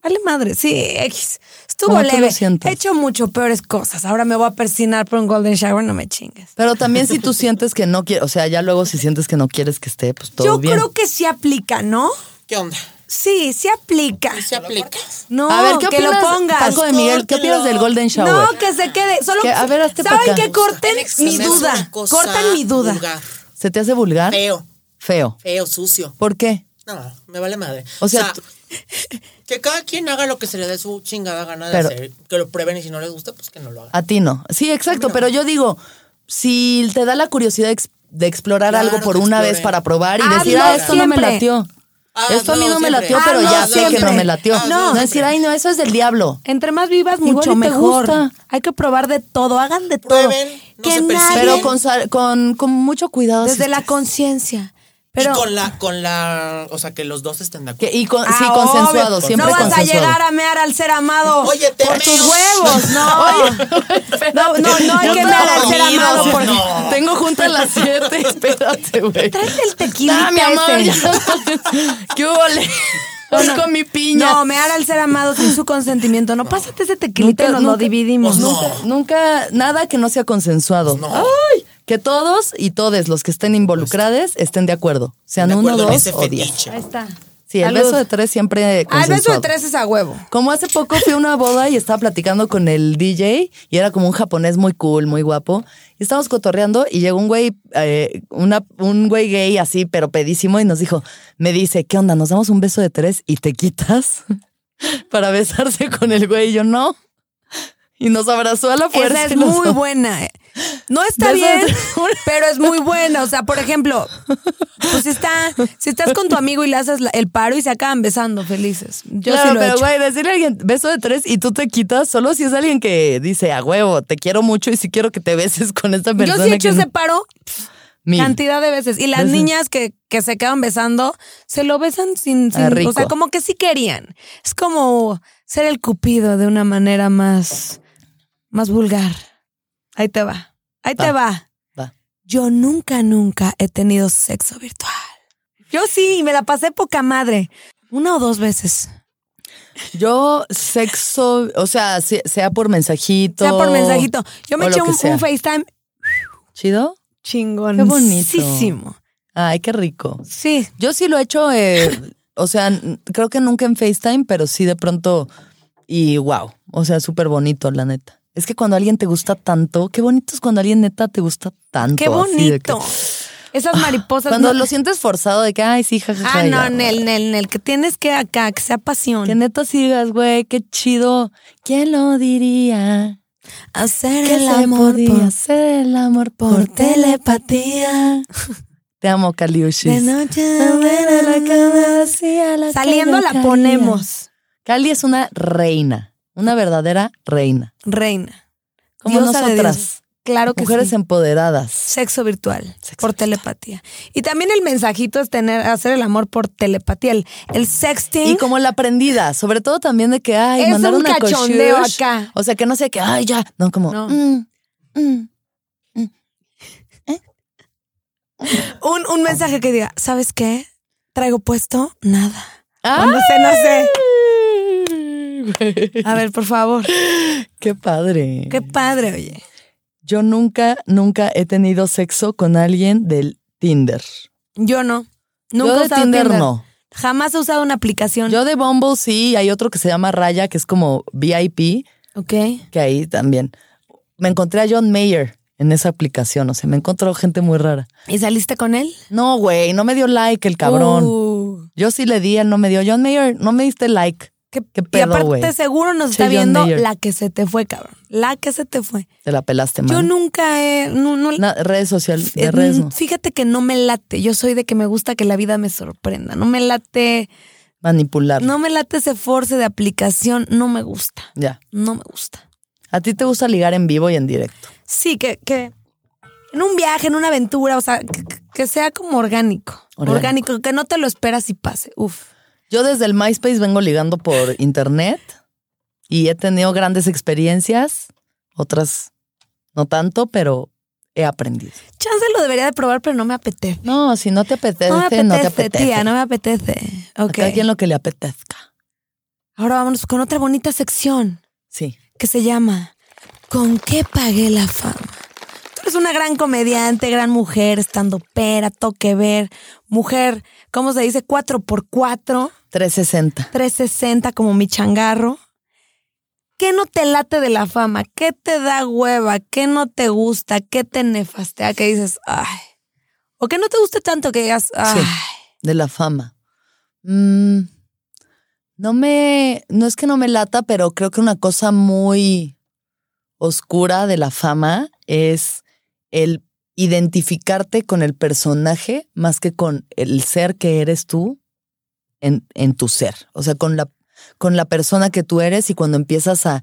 [SPEAKER 1] Vale madre. Sí, X. Estuvo
[SPEAKER 2] Como tú lo
[SPEAKER 1] leve.
[SPEAKER 2] sientas.
[SPEAKER 1] He hecho mucho peores cosas. Ahora me voy a persinar por un Golden Shower, no me chingues.
[SPEAKER 2] Pero también si tú sientes que no quieres, o sea, ya luego si sientes que no quieres que esté, pues todo
[SPEAKER 1] Yo
[SPEAKER 2] bien.
[SPEAKER 1] creo que sí aplica, ¿no?
[SPEAKER 5] ¿Qué onda?
[SPEAKER 1] Sí, sí aplica.
[SPEAKER 5] ¿Se aplica?
[SPEAKER 1] No,
[SPEAKER 2] a ver, ¿qué
[SPEAKER 1] que lo
[SPEAKER 2] opinas,
[SPEAKER 1] pongas.
[SPEAKER 2] Paco de Miguel, ¿qué opinas del Golden Shower?
[SPEAKER 1] No, que se quede. Solo
[SPEAKER 2] Que, a ver, hazte pa'
[SPEAKER 1] ¿Saben
[SPEAKER 2] acá.
[SPEAKER 1] qué? Corten
[SPEAKER 5] Alex,
[SPEAKER 1] mi
[SPEAKER 5] se me hace
[SPEAKER 1] duda.
[SPEAKER 5] una cosa
[SPEAKER 1] Cortan mi duda.
[SPEAKER 5] vulgar,
[SPEAKER 2] ¿Se te hace vulgar?
[SPEAKER 5] Feo,
[SPEAKER 2] Feo.
[SPEAKER 5] feo, sucio.
[SPEAKER 2] ¿Por qué?
[SPEAKER 5] No, me vale madre.
[SPEAKER 2] O sea, tú-
[SPEAKER 5] que cada quien haga lo que se le dé su chingada gana de
[SPEAKER 2] Pero-
[SPEAKER 5] hacer. Que lo prueben y si no les gusta, pues que no lo hagan.
[SPEAKER 2] A ti no. Sí, exacto, pero yo digo, si te da la curiosidad ex- de explorar
[SPEAKER 5] Claro
[SPEAKER 2] algo por
[SPEAKER 5] que
[SPEAKER 2] una vez
[SPEAKER 5] exploren.
[SPEAKER 2] para probar y
[SPEAKER 1] Hazlo
[SPEAKER 2] decir, ah, esto no me
[SPEAKER 1] siempre.
[SPEAKER 2] latió. esto a mí no
[SPEAKER 5] Hazlo
[SPEAKER 2] me latió,
[SPEAKER 5] siempre.
[SPEAKER 2] pero ya
[SPEAKER 5] Hazlo
[SPEAKER 2] sé que no
[SPEAKER 5] siempre.
[SPEAKER 2] me latió.
[SPEAKER 5] Hazlo
[SPEAKER 2] No,
[SPEAKER 5] siempre.
[SPEAKER 2] decir, ay, no, eso es del diablo.
[SPEAKER 1] Entre más vivas,
[SPEAKER 2] Igual y
[SPEAKER 1] mucho
[SPEAKER 2] te
[SPEAKER 1] mejor.
[SPEAKER 2] gusta.
[SPEAKER 1] Hay que probar de todo. Hagan de
[SPEAKER 5] Prueben,
[SPEAKER 1] todo.
[SPEAKER 5] no
[SPEAKER 1] que
[SPEAKER 5] se persigan.
[SPEAKER 1] nadie
[SPEAKER 2] Pero con, sal- con, con mucho cuidado.
[SPEAKER 1] Desde
[SPEAKER 2] si
[SPEAKER 1] la
[SPEAKER 2] estás-
[SPEAKER 1] conciencia. Pero-
[SPEAKER 5] y con la, con la, o sea, que los dos estén de
[SPEAKER 2] Que-
[SPEAKER 5] acuerdo.
[SPEAKER 2] y con- sí,
[SPEAKER 1] Ah,
[SPEAKER 2] consensuado,
[SPEAKER 1] obvio.
[SPEAKER 2] siempre
[SPEAKER 1] No vas a
[SPEAKER 2] consensuado.
[SPEAKER 1] llegar a mear al ser amado
[SPEAKER 5] Oye, te
[SPEAKER 1] por tus
[SPEAKER 5] meo.
[SPEAKER 1] huevos, no. no, no, no hay
[SPEAKER 2] Yo
[SPEAKER 1] que
[SPEAKER 2] tengo
[SPEAKER 1] mear al ser
[SPEAKER 5] dormido,
[SPEAKER 1] amado por...
[SPEAKER 5] no.
[SPEAKER 2] Tengo junta a las 7, espérate, güey.
[SPEAKER 1] Tráete el tequilita
[SPEAKER 2] Ah, mi amor,
[SPEAKER 1] ese.
[SPEAKER 2] ya. ¿Qué ole? Voy con mi piña.
[SPEAKER 1] No, mear al ser amado sin su consentimiento. No, pásate ese tequilita y nos lo dividimos.
[SPEAKER 5] Pues no.
[SPEAKER 2] Nunca, nunca, nada que no sea consensuado.
[SPEAKER 5] No.
[SPEAKER 2] Ay, que todos y todes los que estén involucrados estén de acuerdo. Sean
[SPEAKER 5] de
[SPEAKER 2] uno,
[SPEAKER 5] acuerdo en
[SPEAKER 2] dos
[SPEAKER 5] ese
[SPEAKER 2] o diez.
[SPEAKER 5] fetiche.
[SPEAKER 1] Ahí está.
[SPEAKER 2] Sí, el
[SPEAKER 1] Salud.
[SPEAKER 2] beso de tres siempre
[SPEAKER 1] Ah, el
[SPEAKER 2] consensuado.
[SPEAKER 1] beso de tres es a huevo.
[SPEAKER 2] Como hace poco fui a una boda y estaba platicando con el DJ y era como un japonés muy cool, muy guapo. Y estábamos cotorreando y llegó un güey, eh, una- un güey gay así, pero pedísimo y nos dijo, me dice, ¿qué onda? ¿Nos damos un beso de tres y te quitas para besarse con el güey? Y yo, no. Y nos abrazó a la fuerza.
[SPEAKER 1] Esa
[SPEAKER 2] y
[SPEAKER 1] es
[SPEAKER 2] los
[SPEAKER 1] muy
[SPEAKER 2] dos-
[SPEAKER 1] buena. eh. No está
[SPEAKER 2] Beso de
[SPEAKER 1] bien,
[SPEAKER 2] tres.
[SPEAKER 1] pero es muy buena. O sea, por ejemplo, pues si, está, si estás con tu amigo y le haces la- el paro y se acaban besando felices. Yo
[SPEAKER 2] claro,
[SPEAKER 1] sí lo he
[SPEAKER 2] pero
[SPEAKER 1] hecho.
[SPEAKER 2] güey, decirle a alguien beso de tres y tú te quitas solo si es alguien que dice a huevo, te quiero mucho y si quiero que te beses con esta persona.
[SPEAKER 1] Yo sí he hecho
[SPEAKER 2] que
[SPEAKER 1] ese
[SPEAKER 2] no-
[SPEAKER 1] paro
[SPEAKER 2] Mil.
[SPEAKER 1] cantidad de veces. Y las
[SPEAKER 2] Veces.
[SPEAKER 1] niñas que, que se quedan besando, se lo besan sin, sin-
[SPEAKER 2] Ah,
[SPEAKER 1] O
[SPEAKER 2] rico.
[SPEAKER 1] sea, como que sí querían. Es como ser el cupido de una manera más, más vulgar. Ahí te va. Ahí te va.
[SPEAKER 2] Va.
[SPEAKER 1] Yo nunca, nunca he tenido sexo virtual. Yo sí, y me la pasé poca madre. Una o dos veces.
[SPEAKER 2] Yo sexo, o sea, se- sea por mensajito.
[SPEAKER 1] O sea, por mensajito. Yo me
[SPEAKER 2] o lo
[SPEAKER 1] eché
[SPEAKER 2] que
[SPEAKER 1] un,
[SPEAKER 2] sea.
[SPEAKER 1] un FaceTime
[SPEAKER 2] ¿Chido?
[SPEAKER 1] chingón.
[SPEAKER 2] Ay, qué rico.
[SPEAKER 1] Sí.
[SPEAKER 2] Yo sí lo he hecho, eh, o sea, n- creo que nunca en FaceTime, pero sí de pronto. Y wow, o sea, súper bonito, la neta. Es que cuando alguien te gusta tanto, qué bonito es cuando alguien neta te gusta tanto.
[SPEAKER 1] Qué
[SPEAKER 2] así de que-
[SPEAKER 1] bonito. Esas mariposas.
[SPEAKER 2] cuando
[SPEAKER 1] no-
[SPEAKER 2] lo sientes forzado de que, ay, sí, jajaja.
[SPEAKER 1] Ah,
[SPEAKER 2] ya,
[SPEAKER 1] no,
[SPEAKER 2] güey.
[SPEAKER 1] Nel, Nel, Nel, que tienes que acá, que sea pasión.
[SPEAKER 2] Que neta sí digas, güey, qué chido. ¿Quién lo diría?
[SPEAKER 1] Hacer
[SPEAKER 2] Que
[SPEAKER 1] el
[SPEAKER 2] se
[SPEAKER 1] amor
[SPEAKER 2] podía
[SPEAKER 1] por,
[SPEAKER 2] hacer el amor
[SPEAKER 1] por
[SPEAKER 2] por teléfono.
[SPEAKER 1] telepatía.
[SPEAKER 2] Te amo,
[SPEAKER 1] De
[SPEAKER 2] Caliushis.
[SPEAKER 1] noche
[SPEAKER 2] A ver, a la cama, así, a la
[SPEAKER 1] Saliendo
[SPEAKER 2] cama,
[SPEAKER 1] la
[SPEAKER 2] Cali.
[SPEAKER 1] ponemos,
[SPEAKER 2] Cali es una reina, una verdadera reina.
[SPEAKER 1] reina.
[SPEAKER 2] Como
[SPEAKER 1] Diosa de
[SPEAKER 2] nosotras,
[SPEAKER 1] dioses. Claro que
[SPEAKER 2] mujeres
[SPEAKER 1] sí.
[SPEAKER 2] empoderadas.
[SPEAKER 1] Sexo virtual,
[SPEAKER 2] Sexo
[SPEAKER 1] por telepatía. Y también el mensajito es tener, hacer el amor por telepatía. El, el sexting.
[SPEAKER 2] Y como la aprendida, sobre todo también de que, ay,
[SPEAKER 1] Es
[SPEAKER 2] mandar
[SPEAKER 1] un
[SPEAKER 2] una
[SPEAKER 1] cachondeo
[SPEAKER 2] coshush.
[SPEAKER 1] acá.
[SPEAKER 2] O sea, que no sé que, ay, ya. No, como,
[SPEAKER 1] No.
[SPEAKER 2] mm, mm.
[SPEAKER 1] un, un mensaje que diga, ¿sabes qué? Traigo puesto nada.
[SPEAKER 2] ¡Ay!
[SPEAKER 1] O No sé, no sé. A ver, por favor.
[SPEAKER 2] Qué padre.
[SPEAKER 1] Qué padre, oye.
[SPEAKER 2] Yo nunca, nunca he tenido sexo con alguien del Tinder.
[SPEAKER 1] Yo no. Nunca
[SPEAKER 2] Yo
[SPEAKER 1] he
[SPEAKER 2] de
[SPEAKER 1] usado
[SPEAKER 2] Tinder,
[SPEAKER 1] Tinder.
[SPEAKER 2] no.
[SPEAKER 1] Jamás he usado una aplicación.
[SPEAKER 2] Yo de Bumble sí, hay otro que se llama Raya, que es como VIP,
[SPEAKER 1] ok.
[SPEAKER 2] que ahí también. Me encontré a John Mayer en esa aplicación, o sea, me encontró gente muy rara.
[SPEAKER 1] ¿Y saliste con él?
[SPEAKER 2] No, güey, no me dio like el cabrón.
[SPEAKER 1] Uh,
[SPEAKER 2] Yo sí le di, él no me dio. John Mayer, no me diste like.
[SPEAKER 1] qué-
[SPEAKER 2] Qué
[SPEAKER 1] y
[SPEAKER 2] pedo,
[SPEAKER 1] aparte
[SPEAKER 2] güey.
[SPEAKER 1] seguro nos está
[SPEAKER 2] John
[SPEAKER 1] viendo
[SPEAKER 2] Mayer.
[SPEAKER 1] la que se te fue, cabrón. La que se te fue.
[SPEAKER 2] Te la pelaste,
[SPEAKER 1] Yo
[SPEAKER 2] man.
[SPEAKER 1] nunca he... No, no-
[SPEAKER 2] Na- redes sociales,
[SPEAKER 1] eh,
[SPEAKER 2] de redes no.
[SPEAKER 1] Fíjate que no me late. Yo soy de que me gusta que la vida me sorprenda. No me late...
[SPEAKER 2] Manipular.
[SPEAKER 1] No me late ese force de aplicación. No me gusta.
[SPEAKER 2] Ya.
[SPEAKER 1] No me gusta.
[SPEAKER 2] A ti te gusta ligar en vivo y en directo.
[SPEAKER 1] Sí, que... que en un viaje, en una aventura, o sea, que, que sea como orgánico,
[SPEAKER 2] Orgánico.
[SPEAKER 1] orgánico. que no te lo esperas y pase. Uf.
[SPEAKER 2] Yo desde el MySpace vengo ligando por internet y he tenido grandes experiencias, otras no tanto, pero he aprendido.
[SPEAKER 1] Chance lo debería de probar, pero no me apetece.
[SPEAKER 2] No, si no te apetece,
[SPEAKER 1] No me apetece,
[SPEAKER 2] no te apetece.
[SPEAKER 1] tía, no me apetece. Ok.
[SPEAKER 2] A cada quien lo que le apetezca.
[SPEAKER 1] Ahora vámonos con otra bonita sección
[SPEAKER 2] Sí.
[SPEAKER 1] que se llama ¿Con qué pagué la fama? Tú eres una gran comediante, gran mujer, estando pera, toque ver, mujer, ¿cómo se dice? 4x4,
[SPEAKER 2] 360.
[SPEAKER 1] 360 como mi changarro. ¿Qué no te late de la fama? ¿Qué te da hueva? ¿Qué no te gusta? ¿Qué te nefastea? ¿Qué dices? Ay. O que no te guste tanto que digas, ay.
[SPEAKER 2] de la fama. Mm, no me, no es que no me lata, pero creo que una cosa muy oscura de la fama es el identificarte con el personaje más que con el ser que eres tú en, en tu ser. O sea, con la, con la persona que tú eres y cuando empiezas a,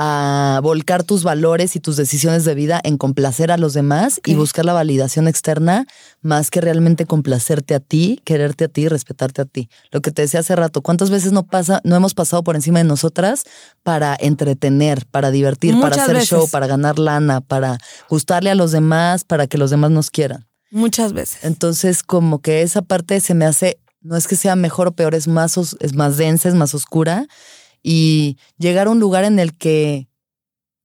[SPEAKER 2] a volcar tus valores y tus decisiones de vida en complacer a los demás y buscar la validación externa más que realmente complacerte a ti, quererte a ti, y respetarte a ti. Lo que te decía hace rato, ¿cuántas veces no pasa, no hemos pasado por encima de nosotras para entretener, para divertir, para
[SPEAKER 1] Muchas
[SPEAKER 2] hacer
[SPEAKER 1] veces.
[SPEAKER 2] show, para ganar lana, para gustarle a los demás, para que los demás nos quieran?
[SPEAKER 1] Muchas veces.
[SPEAKER 2] Entonces, como que esa parte se me hace, no es que sea mejor o peor, es más, os- es más densa, es más oscura. Y llegar a un lugar en el que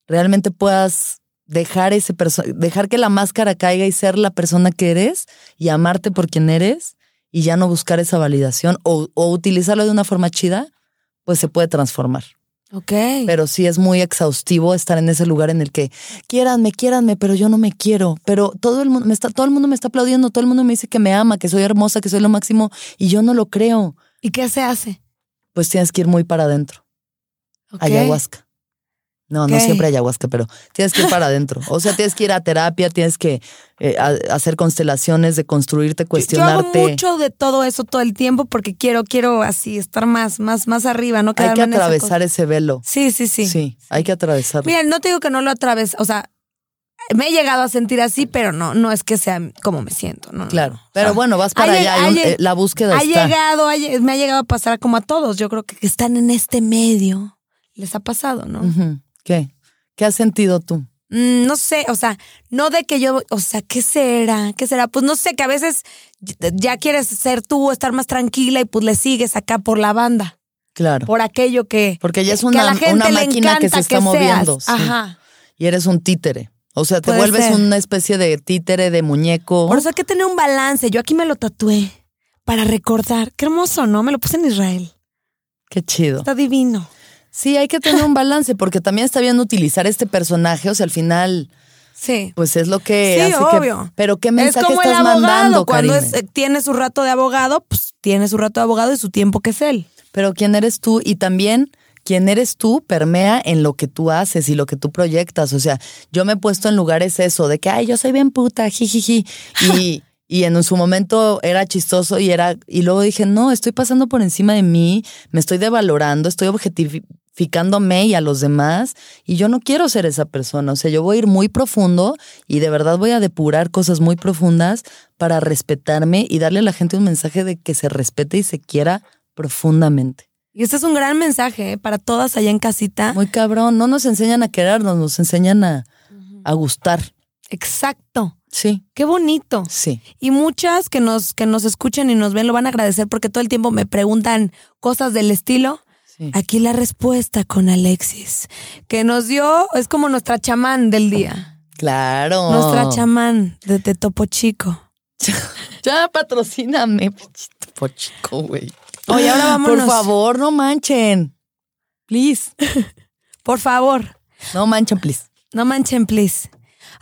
[SPEAKER 2] realmente puedas dejar ese perso- dejar que la máscara caiga y ser la persona que eres y amarte por quien eres y ya no buscar esa validación o, o utilizarlo de una forma chida, pues se puede transformar.
[SPEAKER 1] Ok.
[SPEAKER 2] Pero sí es muy exhaustivo estar en ese lugar en el que quiéranme, quiéranme, pero yo no me quiero. Pero todo el mundo me está, todo el mundo me está aplaudiendo, todo el mundo me dice que me ama, que soy hermosa, que soy lo máximo, y yo no lo creo.
[SPEAKER 1] ¿Y qué se hace?
[SPEAKER 2] Pues tienes que ir muy para adentro.
[SPEAKER 1] Ok.
[SPEAKER 2] Ayahuasca. No,
[SPEAKER 1] Ok.
[SPEAKER 2] no siempre ayahuasca, pero tienes que ir para adentro. O sea, tienes que ir a terapia, tienes que eh, a- hacer constelaciones, de construirte,
[SPEAKER 1] Yo- Yo
[SPEAKER 2] cuestionarte.
[SPEAKER 1] hago mucho de todo eso todo el tiempo porque quiero, quiero así estar más, más, más arriba, no
[SPEAKER 2] Hay que
[SPEAKER 1] quedarme en esa cosa.
[SPEAKER 2] atravesar ese velo.
[SPEAKER 1] Sí, sí, sí.
[SPEAKER 2] Sí, hay que atravesarlo.
[SPEAKER 1] Mira, no te digo que no lo atraves, o sea, me he llegado a sentir así, pero no, no es que sea como me siento, no. no,
[SPEAKER 2] Claro.
[SPEAKER 1] no. O
[SPEAKER 2] Pero
[SPEAKER 1] sea,
[SPEAKER 2] bueno, vas
[SPEAKER 1] ha
[SPEAKER 2] para
[SPEAKER 1] lleg-
[SPEAKER 2] allá. hay
[SPEAKER 1] ha
[SPEAKER 2] un-
[SPEAKER 1] lleg-
[SPEAKER 2] eh, la búsqueda
[SPEAKER 1] ha
[SPEAKER 2] está.
[SPEAKER 1] llegado, ha lle- me ha llegado a pasar como a todos, yo creo que que están en este medio, les ha pasado, ¿no?
[SPEAKER 2] Ujú. ¿Qué? ¿Qué has sentido tú?
[SPEAKER 1] Mm, no sé, o sea, no de que yo, o sea, ¿qué será? ¿Qué será? Pues no sé, que a veces ya- ya quieres ser tú, estar más tranquila y pues le sigues acá por la banda,
[SPEAKER 2] Claro.
[SPEAKER 1] por aquello que...
[SPEAKER 2] Porque ya es
[SPEAKER 1] que a
[SPEAKER 2] una-
[SPEAKER 1] la gente
[SPEAKER 2] una
[SPEAKER 1] le
[SPEAKER 2] máquina que se
[SPEAKER 1] encanta
[SPEAKER 2] está
[SPEAKER 1] seas.
[SPEAKER 2] moviendo, sí.
[SPEAKER 1] Ajá.
[SPEAKER 2] Y eres un títere. O sea, te
[SPEAKER 1] Puede
[SPEAKER 2] vuelves
[SPEAKER 1] ser.
[SPEAKER 2] una especie de títere, de muñeco.
[SPEAKER 1] Por eso hay que tener un balance. Yo aquí me lo tatué para recordar. Qué hermoso, ¿no? Me lo puse en Israel.
[SPEAKER 2] Qué chido.
[SPEAKER 1] Está divino.
[SPEAKER 2] Sí, hay que tener un balance porque también está bien utilizar este personaje. O sea, al final,
[SPEAKER 1] Sí.
[SPEAKER 2] pues es lo que
[SPEAKER 1] Sí,
[SPEAKER 2] hace que-
[SPEAKER 1] obvio.
[SPEAKER 2] pero qué
[SPEAKER 1] Es
[SPEAKER 2] mensaje
[SPEAKER 1] como el
[SPEAKER 2] estás
[SPEAKER 1] abogado.
[SPEAKER 2] mandando,
[SPEAKER 1] cuando
[SPEAKER 2] Karime?
[SPEAKER 1] es- eh, tiene su rato de abogado, pues tiene su rato de abogado y su tiempo que es él.
[SPEAKER 2] Pero quién eres tú y también quién eres tú permea en lo que tú haces y lo que tú proyectas. O sea, yo me he puesto en lugares eso de que, ay, yo soy bien puta, jijiji. Y, y en su momento era chistoso y era, y luego dije, no, estoy pasando por encima de mí, me estoy devalorando, estoy objetificándome y a los demás y yo no quiero ser esa persona, o sea, yo voy a ir muy profundo y de verdad voy a depurar cosas muy profundas para respetarme y darle a la gente un mensaje de que se respete y se quiera profundamente.
[SPEAKER 1] Y este es un gran mensaje ¿eh? para todas allá en casita.
[SPEAKER 2] Muy cabrón, no nos enseñan a querernos, nos enseñan a, a gustar.
[SPEAKER 1] Exacto.
[SPEAKER 2] Sí,
[SPEAKER 1] Qué bonito.
[SPEAKER 2] sí.
[SPEAKER 1] Y muchas que nos, que nos escuchan y nos ven lo van a agradecer porque todo el tiempo me preguntan cosas del estilo.
[SPEAKER 2] sí.
[SPEAKER 1] Aquí la respuesta con Alexis, que nos dio, es como nuestra chamán del día.
[SPEAKER 2] Claro.
[SPEAKER 1] Nuestra chamán de, de Topo Chico.
[SPEAKER 2] Ya patrocíname, pochito, pochico, güey.
[SPEAKER 1] Oye, ahora vámonos.
[SPEAKER 2] Por favor, no manchen. Please.
[SPEAKER 1] Por favor,
[SPEAKER 2] No manchen, please.
[SPEAKER 1] no manchen, please.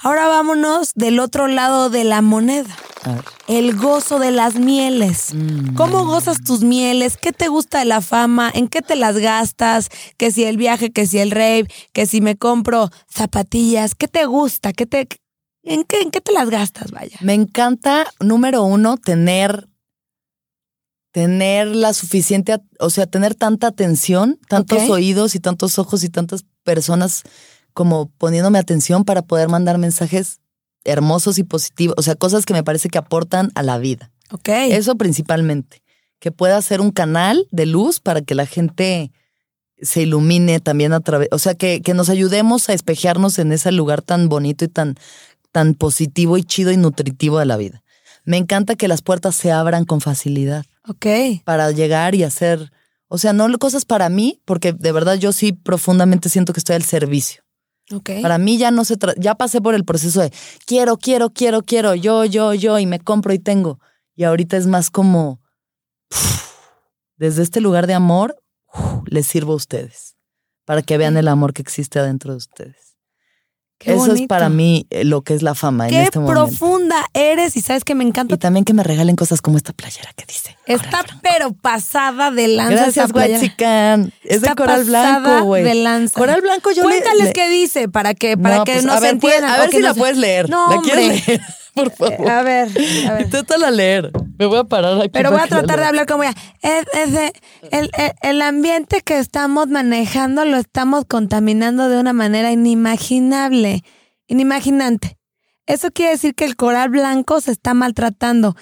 [SPEAKER 1] Ahora vámonos del otro lado de la moneda.
[SPEAKER 2] A ver.
[SPEAKER 1] El gozo de las mieles.
[SPEAKER 2] Mm.
[SPEAKER 1] ¿Cómo gozas tus mieles? ¿Qué te gusta de la fama? ¿En qué te las gastas? Que si el viaje, que si el rave, que si me compro zapatillas, ¿qué te gusta? ¿Qué te, en, qué, ¿En qué te las gastas, vaya?
[SPEAKER 2] Me encanta, número uno, tener, tener la suficiente, at- o sea, tener tanta atención, tantos
[SPEAKER 1] Ok.
[SPEAKER 2] oídos y tantos ojos y tantas personas como poniéndome atención para poder mandar mensajes hermosos y positivos, o sea, cosas que me parece que aportan a la vida.
[SPEAKER 1] Ok.
[SPEAKER 2] Eso principalmente, que pueda ser un canal de luz para que la gente se ilumine también a través, o sea, que, que nos ayudemos a espejearnos en ese lugar tan bonito y tan, tan positivo y chido y nutritivo de la vida. Me encanta que las puertas se abran con facilidad
[SPEAKER 1] Ok.
[SPEAKER 2] para llegar y hacer, o sea, no cosas para mí, porque de verdad yo sí profundamente siento que estoy al servicio.
[SPEAKER 1] Ok.
[SPEAKER 2] Para mí ya no se trata, ya pasé por el proceso de quiero, quiero, quiero, quiero, yo, yo, yo, y me compro y tengo. Y ahorita es más como, "Uf, desde este lugar de amor, uf, les sirvo a ustedes, para que vean el amor que existe adentro de ustedes.
[SPEAKER 1] Qué
[SPEAKER 2] Eso es
[SPEAKER 1] bonito.
[SPEAKER 2] para mí eh, lo que es la fama en
[SPEAKER 1] Qué
[SPEAKER 2] este momento.
[SPEAKER 1] profunda eres y sabes que me encanta.
[SPEAKER 2] Y también que me regalen cosas como esta playera que dice.
[SPEAKER 1] Está
[SPEAKER 2] Coral Blanco.
[SPEAKER 1] pero pasada de lanza esa
[SPEAKER 2] Gracias,
[SPEAKER 1] playera.
[SPEAKER 2] Guachican. Es de
[SPEAKER 1] Está
[SPEAKER 2] coral
[SPEAKER 1] pasada
[SPEAKER 2] blanco, güey.
[SPEAKER 1] de lanza.
[SPEAKER 2] Coral blanco, yo le-
[SPEAKER 1] Cuéntales
[SPEAKER 2] le-
[SPEAKER 1] qué dice para que para
[SPEAKER 2] No,
[SPEAKER 1] que
[SPEAKER 2] pues,
[SPEAKER 1] no
[SPEAKER 2] a
[SPEAKER 1] se
[SPEAKER 2] ver, puede-
[SPEAKER 1] entiendan.
[SPEAKER 2] a
[SPEAKER 1] o
[SPEAKER 2] ver
[SPEAKER 1] que
[SPEAKER 2] si
[SPEAKER 1] no
[SPEAKER 2] la
[SPEAKER 1] se-
[SPEAKER 2] puedes leer.
[SPEAKER 1] No,
[SPEAKER 2] ¿La quieres
[SPEAKER 1] hombre.
[SPEAKER 2] leer? por favor.
[SPEAKER 1] A ver, a ver.
[SPEAKER 2] Inténtala leer. Me voy a parar aquí.
[SPEAKER 1] Pero voy
[SPEAKER 2] para
[SPEAKER 1] a
[SPEAKER 2] que la
[SPEAKER 1] tratar de
[SPEAKER 2] lea.
[SPEAKER 1] hablar como ella. Es, es, eh, el, el- el ambiente que estamos manejando lo estamos contaminando de una manera inimaginable, inimaginante. Eso quiere decir que el coral blanco se está maltratando.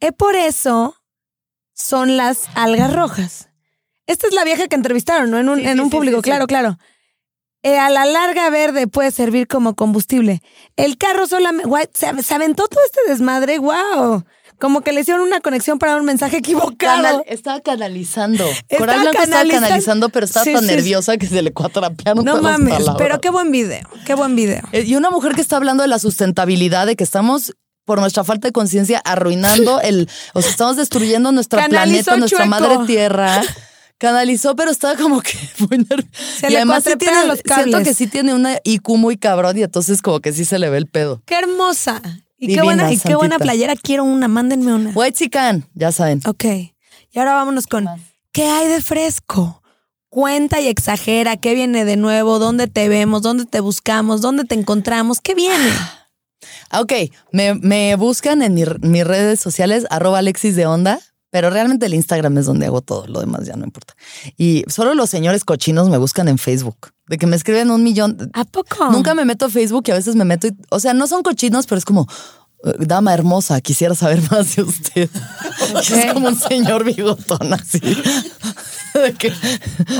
[SPEAKER 1] Es por eso son las algas rojas. Esta es la vieja que entrevistaron, ¿no? En un, en un público, claro, claro. Eh, a la larga verde puede servir como combustible. El carro solamente... guau, Se, av- se aventó todo este desmadre, wow. Como que le hicieron una conexión para un mensaje equivocado.
[SPEAKER 2] Canal- estaba canalizando.
[SPEAKER 1] Estaba
[SPEAKER 2] Coral Blanco estaba
[SPEAKER 1] canalizan-
[SPEAKER 2] canalizando, pero estaba
[SPEAKER 1] Sí,
[SPEAKER 2] tan
[SPEAKER 1] sí, sí.
[SPEAKER 2] nerviosa que se le cuatrapearon
[SPEAKER 1] No
[SPEAKER 2] todas las
[SPEAKER 1] mames,
[SPEAKER 2] palabras.
[SPEAKER 1] pero qué buen video, qué buen video.
[SPEAKER 2] Eh, Y una mujer que está hablando de la sustentabilidad, de que estamos por nuestra falta de conciencia arruinando el, o sea, estamos destruyendo nuestro
[SPEAKER 1] Canalizó
[SPEAKER 2] planeta, nuestra
[SPEAKER 1] chueco.
[SPEAKER 2] madre tierra. Canalizó, pero estaba como que muy nerviosa.
[SPEAKER 1] Se
[SPEAKER 2] y
[SPEAKER 1] le
[SPEAKER 2] además sí
[SPEAKER 1] cuatrepean
[SPEAKER 2] tiene,
[SPEAKER 1] los
[SPEAKER 2] siento
[SPEAKER 1] cables.
[SPEAKER 2] que sí tiene una IQ muy cabrón y entonces como que sí se le ve el pedo.
[SPEAKER 1] Qué hermosa. Y
[SPEAKER 2] Divina,
[SPEAKER 1] qué buena, y qué buena
[SPEAKER 2] santita.
[SPEAKER 1] playera. Quiero una, mándenme una.
[SPEAKER 2] White chican, ya saben.
[SPEAKER 1] Ok. Y ahora vámonos con ¿qué hay de fresco? Cuenta y exagera, ¿qué viene de nuevo? ¿Dónde te vemos? ¿Dónde te buscamos? ¿Dónde te encontramos? ¿Qué viene?
[SPEAKER 2] Ah, Ok, me, me buscan en mi- mis redes sociales, arroba Alexis de Onda, pero realmente el Instagram es donde hago todo, lo demás ya no importa. Y solo los señores cochinos me buscan en Facebook, de que me escriben un millón.
[SPEAKER 1] ¿A poco?
[SPEAKER 2] Nunca me meto a Facebook y a veces me meto, y- o sea, no son cochinos, pero es como... eh, Dama hermosa, quisiera saber más de usted. Es como un señor bigotón así. De que-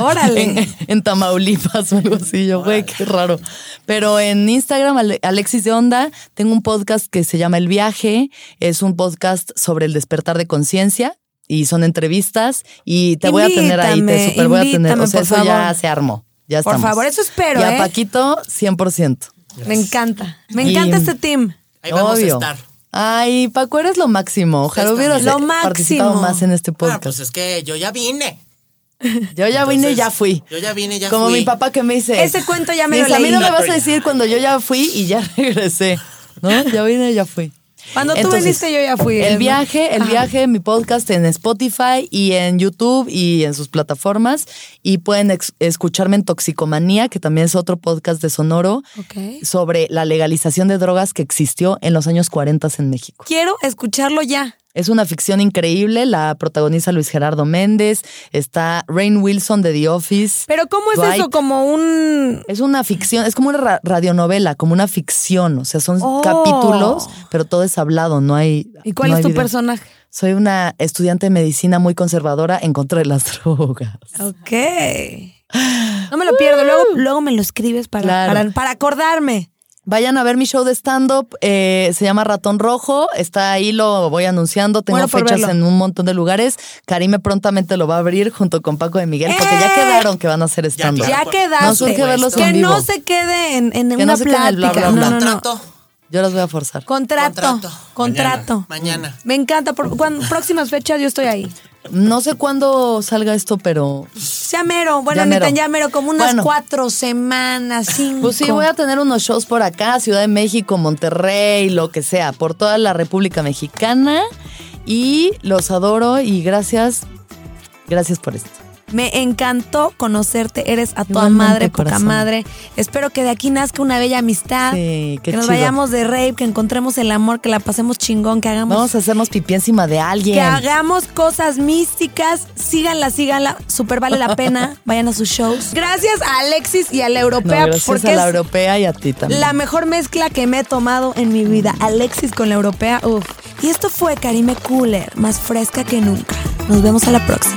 [SPEAKER 1] Órale.
[SPEAKER 2] en, en Tamaulipas o algo así. Yo, güey, qué raro. Pero en Instagram, Ale- Alexis de Onda, tengo un podcast que se llama El Viaje. Es un podcast sobre el despertar de conciencia. Y son entrevistas y te voy a tener ahí, te
[SPEAKER 1] Invítame,
[SPEAKER 2] super voy a tener. O
[SPEAKER 1] invítame,
[SPEAKER 2] sea,
[SPEAKER 1] por
[SPEAKER 2] eso ya
[SPEAKER 1] favor.
[SPEAKER 2] se armó. Ya
[SPEAKER 1] Por
[SPEAKER 2] estamos.
[SPEAKER 1] favor, eso espero,
[SPEAKER 2] Y a
[SPEAKER 1] ¿eh?
[SPEAKER 2] Paquito, 100%.
[SPEAKER 1] Me encanta. Me
[SPEAKER 2] Y-
[SPEAKER 1] encanta este team.
[SPEAKER 5] Ahí vamos
[SPEAKER 2] Obvio.
[SPEAKER 5] a estar.
[SPEAKER 2] Ay, Paco, eres lo máximo. Ojalá
[SPEAKER 5] Ustedes
[SPEAKER 2] hubieras
[SPEAKER 1] también.
[SPEAKER 2] eh,
[SPEAKER 1] Lo
[SPEAKER 2] participado
[SPEAKER 1] máximo.
[SPEAKER 2] más en este
[SPEAKER 5] Ah,
[SPEAKER 2] podcast.
[SPEAKER 5] pues es que yo ya vine.
[SPEAKER 2] yo ya vine y
[SPEAKER 5] Entonces,
[SPEAKER 2] ya fui.
[SPEAKER 5] Yo ya vine, ya
[SPEAKER 2] Como
[SPEAKER 5] fui.
[SPEAKER 2] mi papá que me dice.
[SPEAKER 1] Ese cuento ya me
[SPEAKER 2] "Mis,
[SPEAKER 1] lo
[SPEAKER 2] A mí
[SPEAKER 1] leí".
[SPEAKER 2] no me vas a decir cuando yo ya fui y ya regresé. ¿No? Ya vine, ya fui.
[SPEAKER 1] Cuando tú viniste, yo ya fui,
[SPEAKER 2] El
[SPEAKER 1] ¿no?
[SPEAKER 2] viaje, el viaje, mi podcast en Spotify y en YouTube y en sus plataformas. Y pueden ex- escucharme en Toxicomanía, que también es otro podcast de Sonoro,
[SPEAKER 1] Ok.
[SPEAKER 2] sobre la legalización de drogas que existió en los años 40 en México.
[SPEAKER 1] Quiero escucharlo ya.
[SPEAKER 2] Es una ficción increíble, la protagoniza Luis Gerardo Méndez, está Rain Wilson de The Office.
[SPEAKER 1] Pero ¿cómo es
[SPEAKER 2] Dwight.
[SPEAKER 1] eso? Como un...
[SPEAKER 2] Es una ficción, es como una ra- radionovela, como una ficción, o sea, son
[SPEAKER 1] Oh.
[SPEAKER 2] capítulos, pero todo es hablado, no hay...
[SPEAKER 1] ¿Y cuál
[SPEAKER 2] no
[SPEAKER 1] es
[SPEAKER 2] hay
[SPEAKER 1] tu
[SPEAKER 2] video.
[SPEAKER 1] personaje?
[SPEAKER 2] Soy una estudiante de medicina muy conservadora en contra de las drogas.
[SPEAKER 1] Ok. No me lo pierdo. Luego, luego me lo escribes para,
[SPEAKER 2] Claro.
[SPEAKER 1] para, para acordarme.
[SPEAKER 2] Vayan a ver mi show de stand-up, eh, se llama Ratón Rojo, está ahí, lo voy anunciando, tengo
[SPEAKER 1] Muero por
[SPEAKER 2] fechas
[SPEAKER 1] verlo.
[SPEAKER 2] en un montón de lugares. Karime prontamente lo va a abrir junto con Paco de Miguel, porque ya
[SPEAKER 1] ¡Eh!
[SPEAKER 2] quedaron que van a hacer stand-up.
[SPEAKER 5] Claro,
[SPEAKER 1] Ya
[SPEAKER 5] por-
[SPEAKER 1] quedaste.
[SPEAKER 2] Nos surge verlos
[SPEAKER 1] que
[SPEAKER 2] en vivo.
[SPEAKER 1] no se quede en, en
[SPEAKER 2] no
[SPEAKER 1] una
[SPEAKER 2] se quede en
[SPEAKER 1] plática.
[SPEAKER 2] el bla,
[SPEAKER 1] No, no,
[SPEAKER 2] bla, bla.
[SPEAKER 1] no.
[SPEAKER 5] Contrato.
[SPEAKER 2] Yo los voy a forzar.
[SPEAKER 1] Contrato.
[SPEAKER 5] Contrato.
[SPEAKER 1] Contrato.
[SPEAKER 5] Mañana.
[SPEAKER 1] Me encanta. Por- cuan- próximas fechas yo estoy ahí.
[SPEAKER 2] No sé cuándo salga esto, pero pues,
[SPEAKER 1] Ya mero. Bueno,
[SPEAKER 2] Ya
[SPEAKER 1] ni
[SPEAKER 2] mero.
[SPEAKER 1] tan ya mero. Como unas
[SPEAKER 2] Bueno.
[SPEAKER 1] cuatro semanas, cinco.
[SPEAKER 2] Pues sí, voy a tener unos shows por acá, Ciudad de México, Monterrey, lo que sea, por toda la República Mexicana. Y los adoro y gracias, gracias por esto.
[SPEAKER 1] Me encantó conocerte. Eres a toda
[SPEAKER 2] Igualmente,
[SPEAKER 1] madre, poca
[SPEAKER 2] corazón.
[SPEAKER 1] madre. Espero que de aquí nazca una bella amistad.
[SPEAKER 2] Sí, qué
[SPEAKER 1] que nos
[SPEAKER 2] chido.
[SPEAKER 1] vayamos de rave, que encontremos el amor, que la pasemos chingón, que hagamos
[SPEAKER 2] Vamos a hacernos pipí encima de alguien.
[SPEAKER 1] Que hagamos cosas místicas. Síganla, síganla. Súper vale la pena. Vayan a sus shows. Gracias a Alexis y a la
[SPEAKER 2] No,
[SPEAKER 1] europea
[SPEAKER 2] gracias
[SPEAKER 1] porque
[SPEAKER 2] a la
[SPEAKER 1] es
[SPEAKER 2] europea y a ti también. Mm.
[SPEAKER 1] la mejor mezcla que me he tomado en mi vida. Alexis con la europea. Uf. Y esto fue Karime Cooler, más fresca que nunca. Nos vemos a la próxima.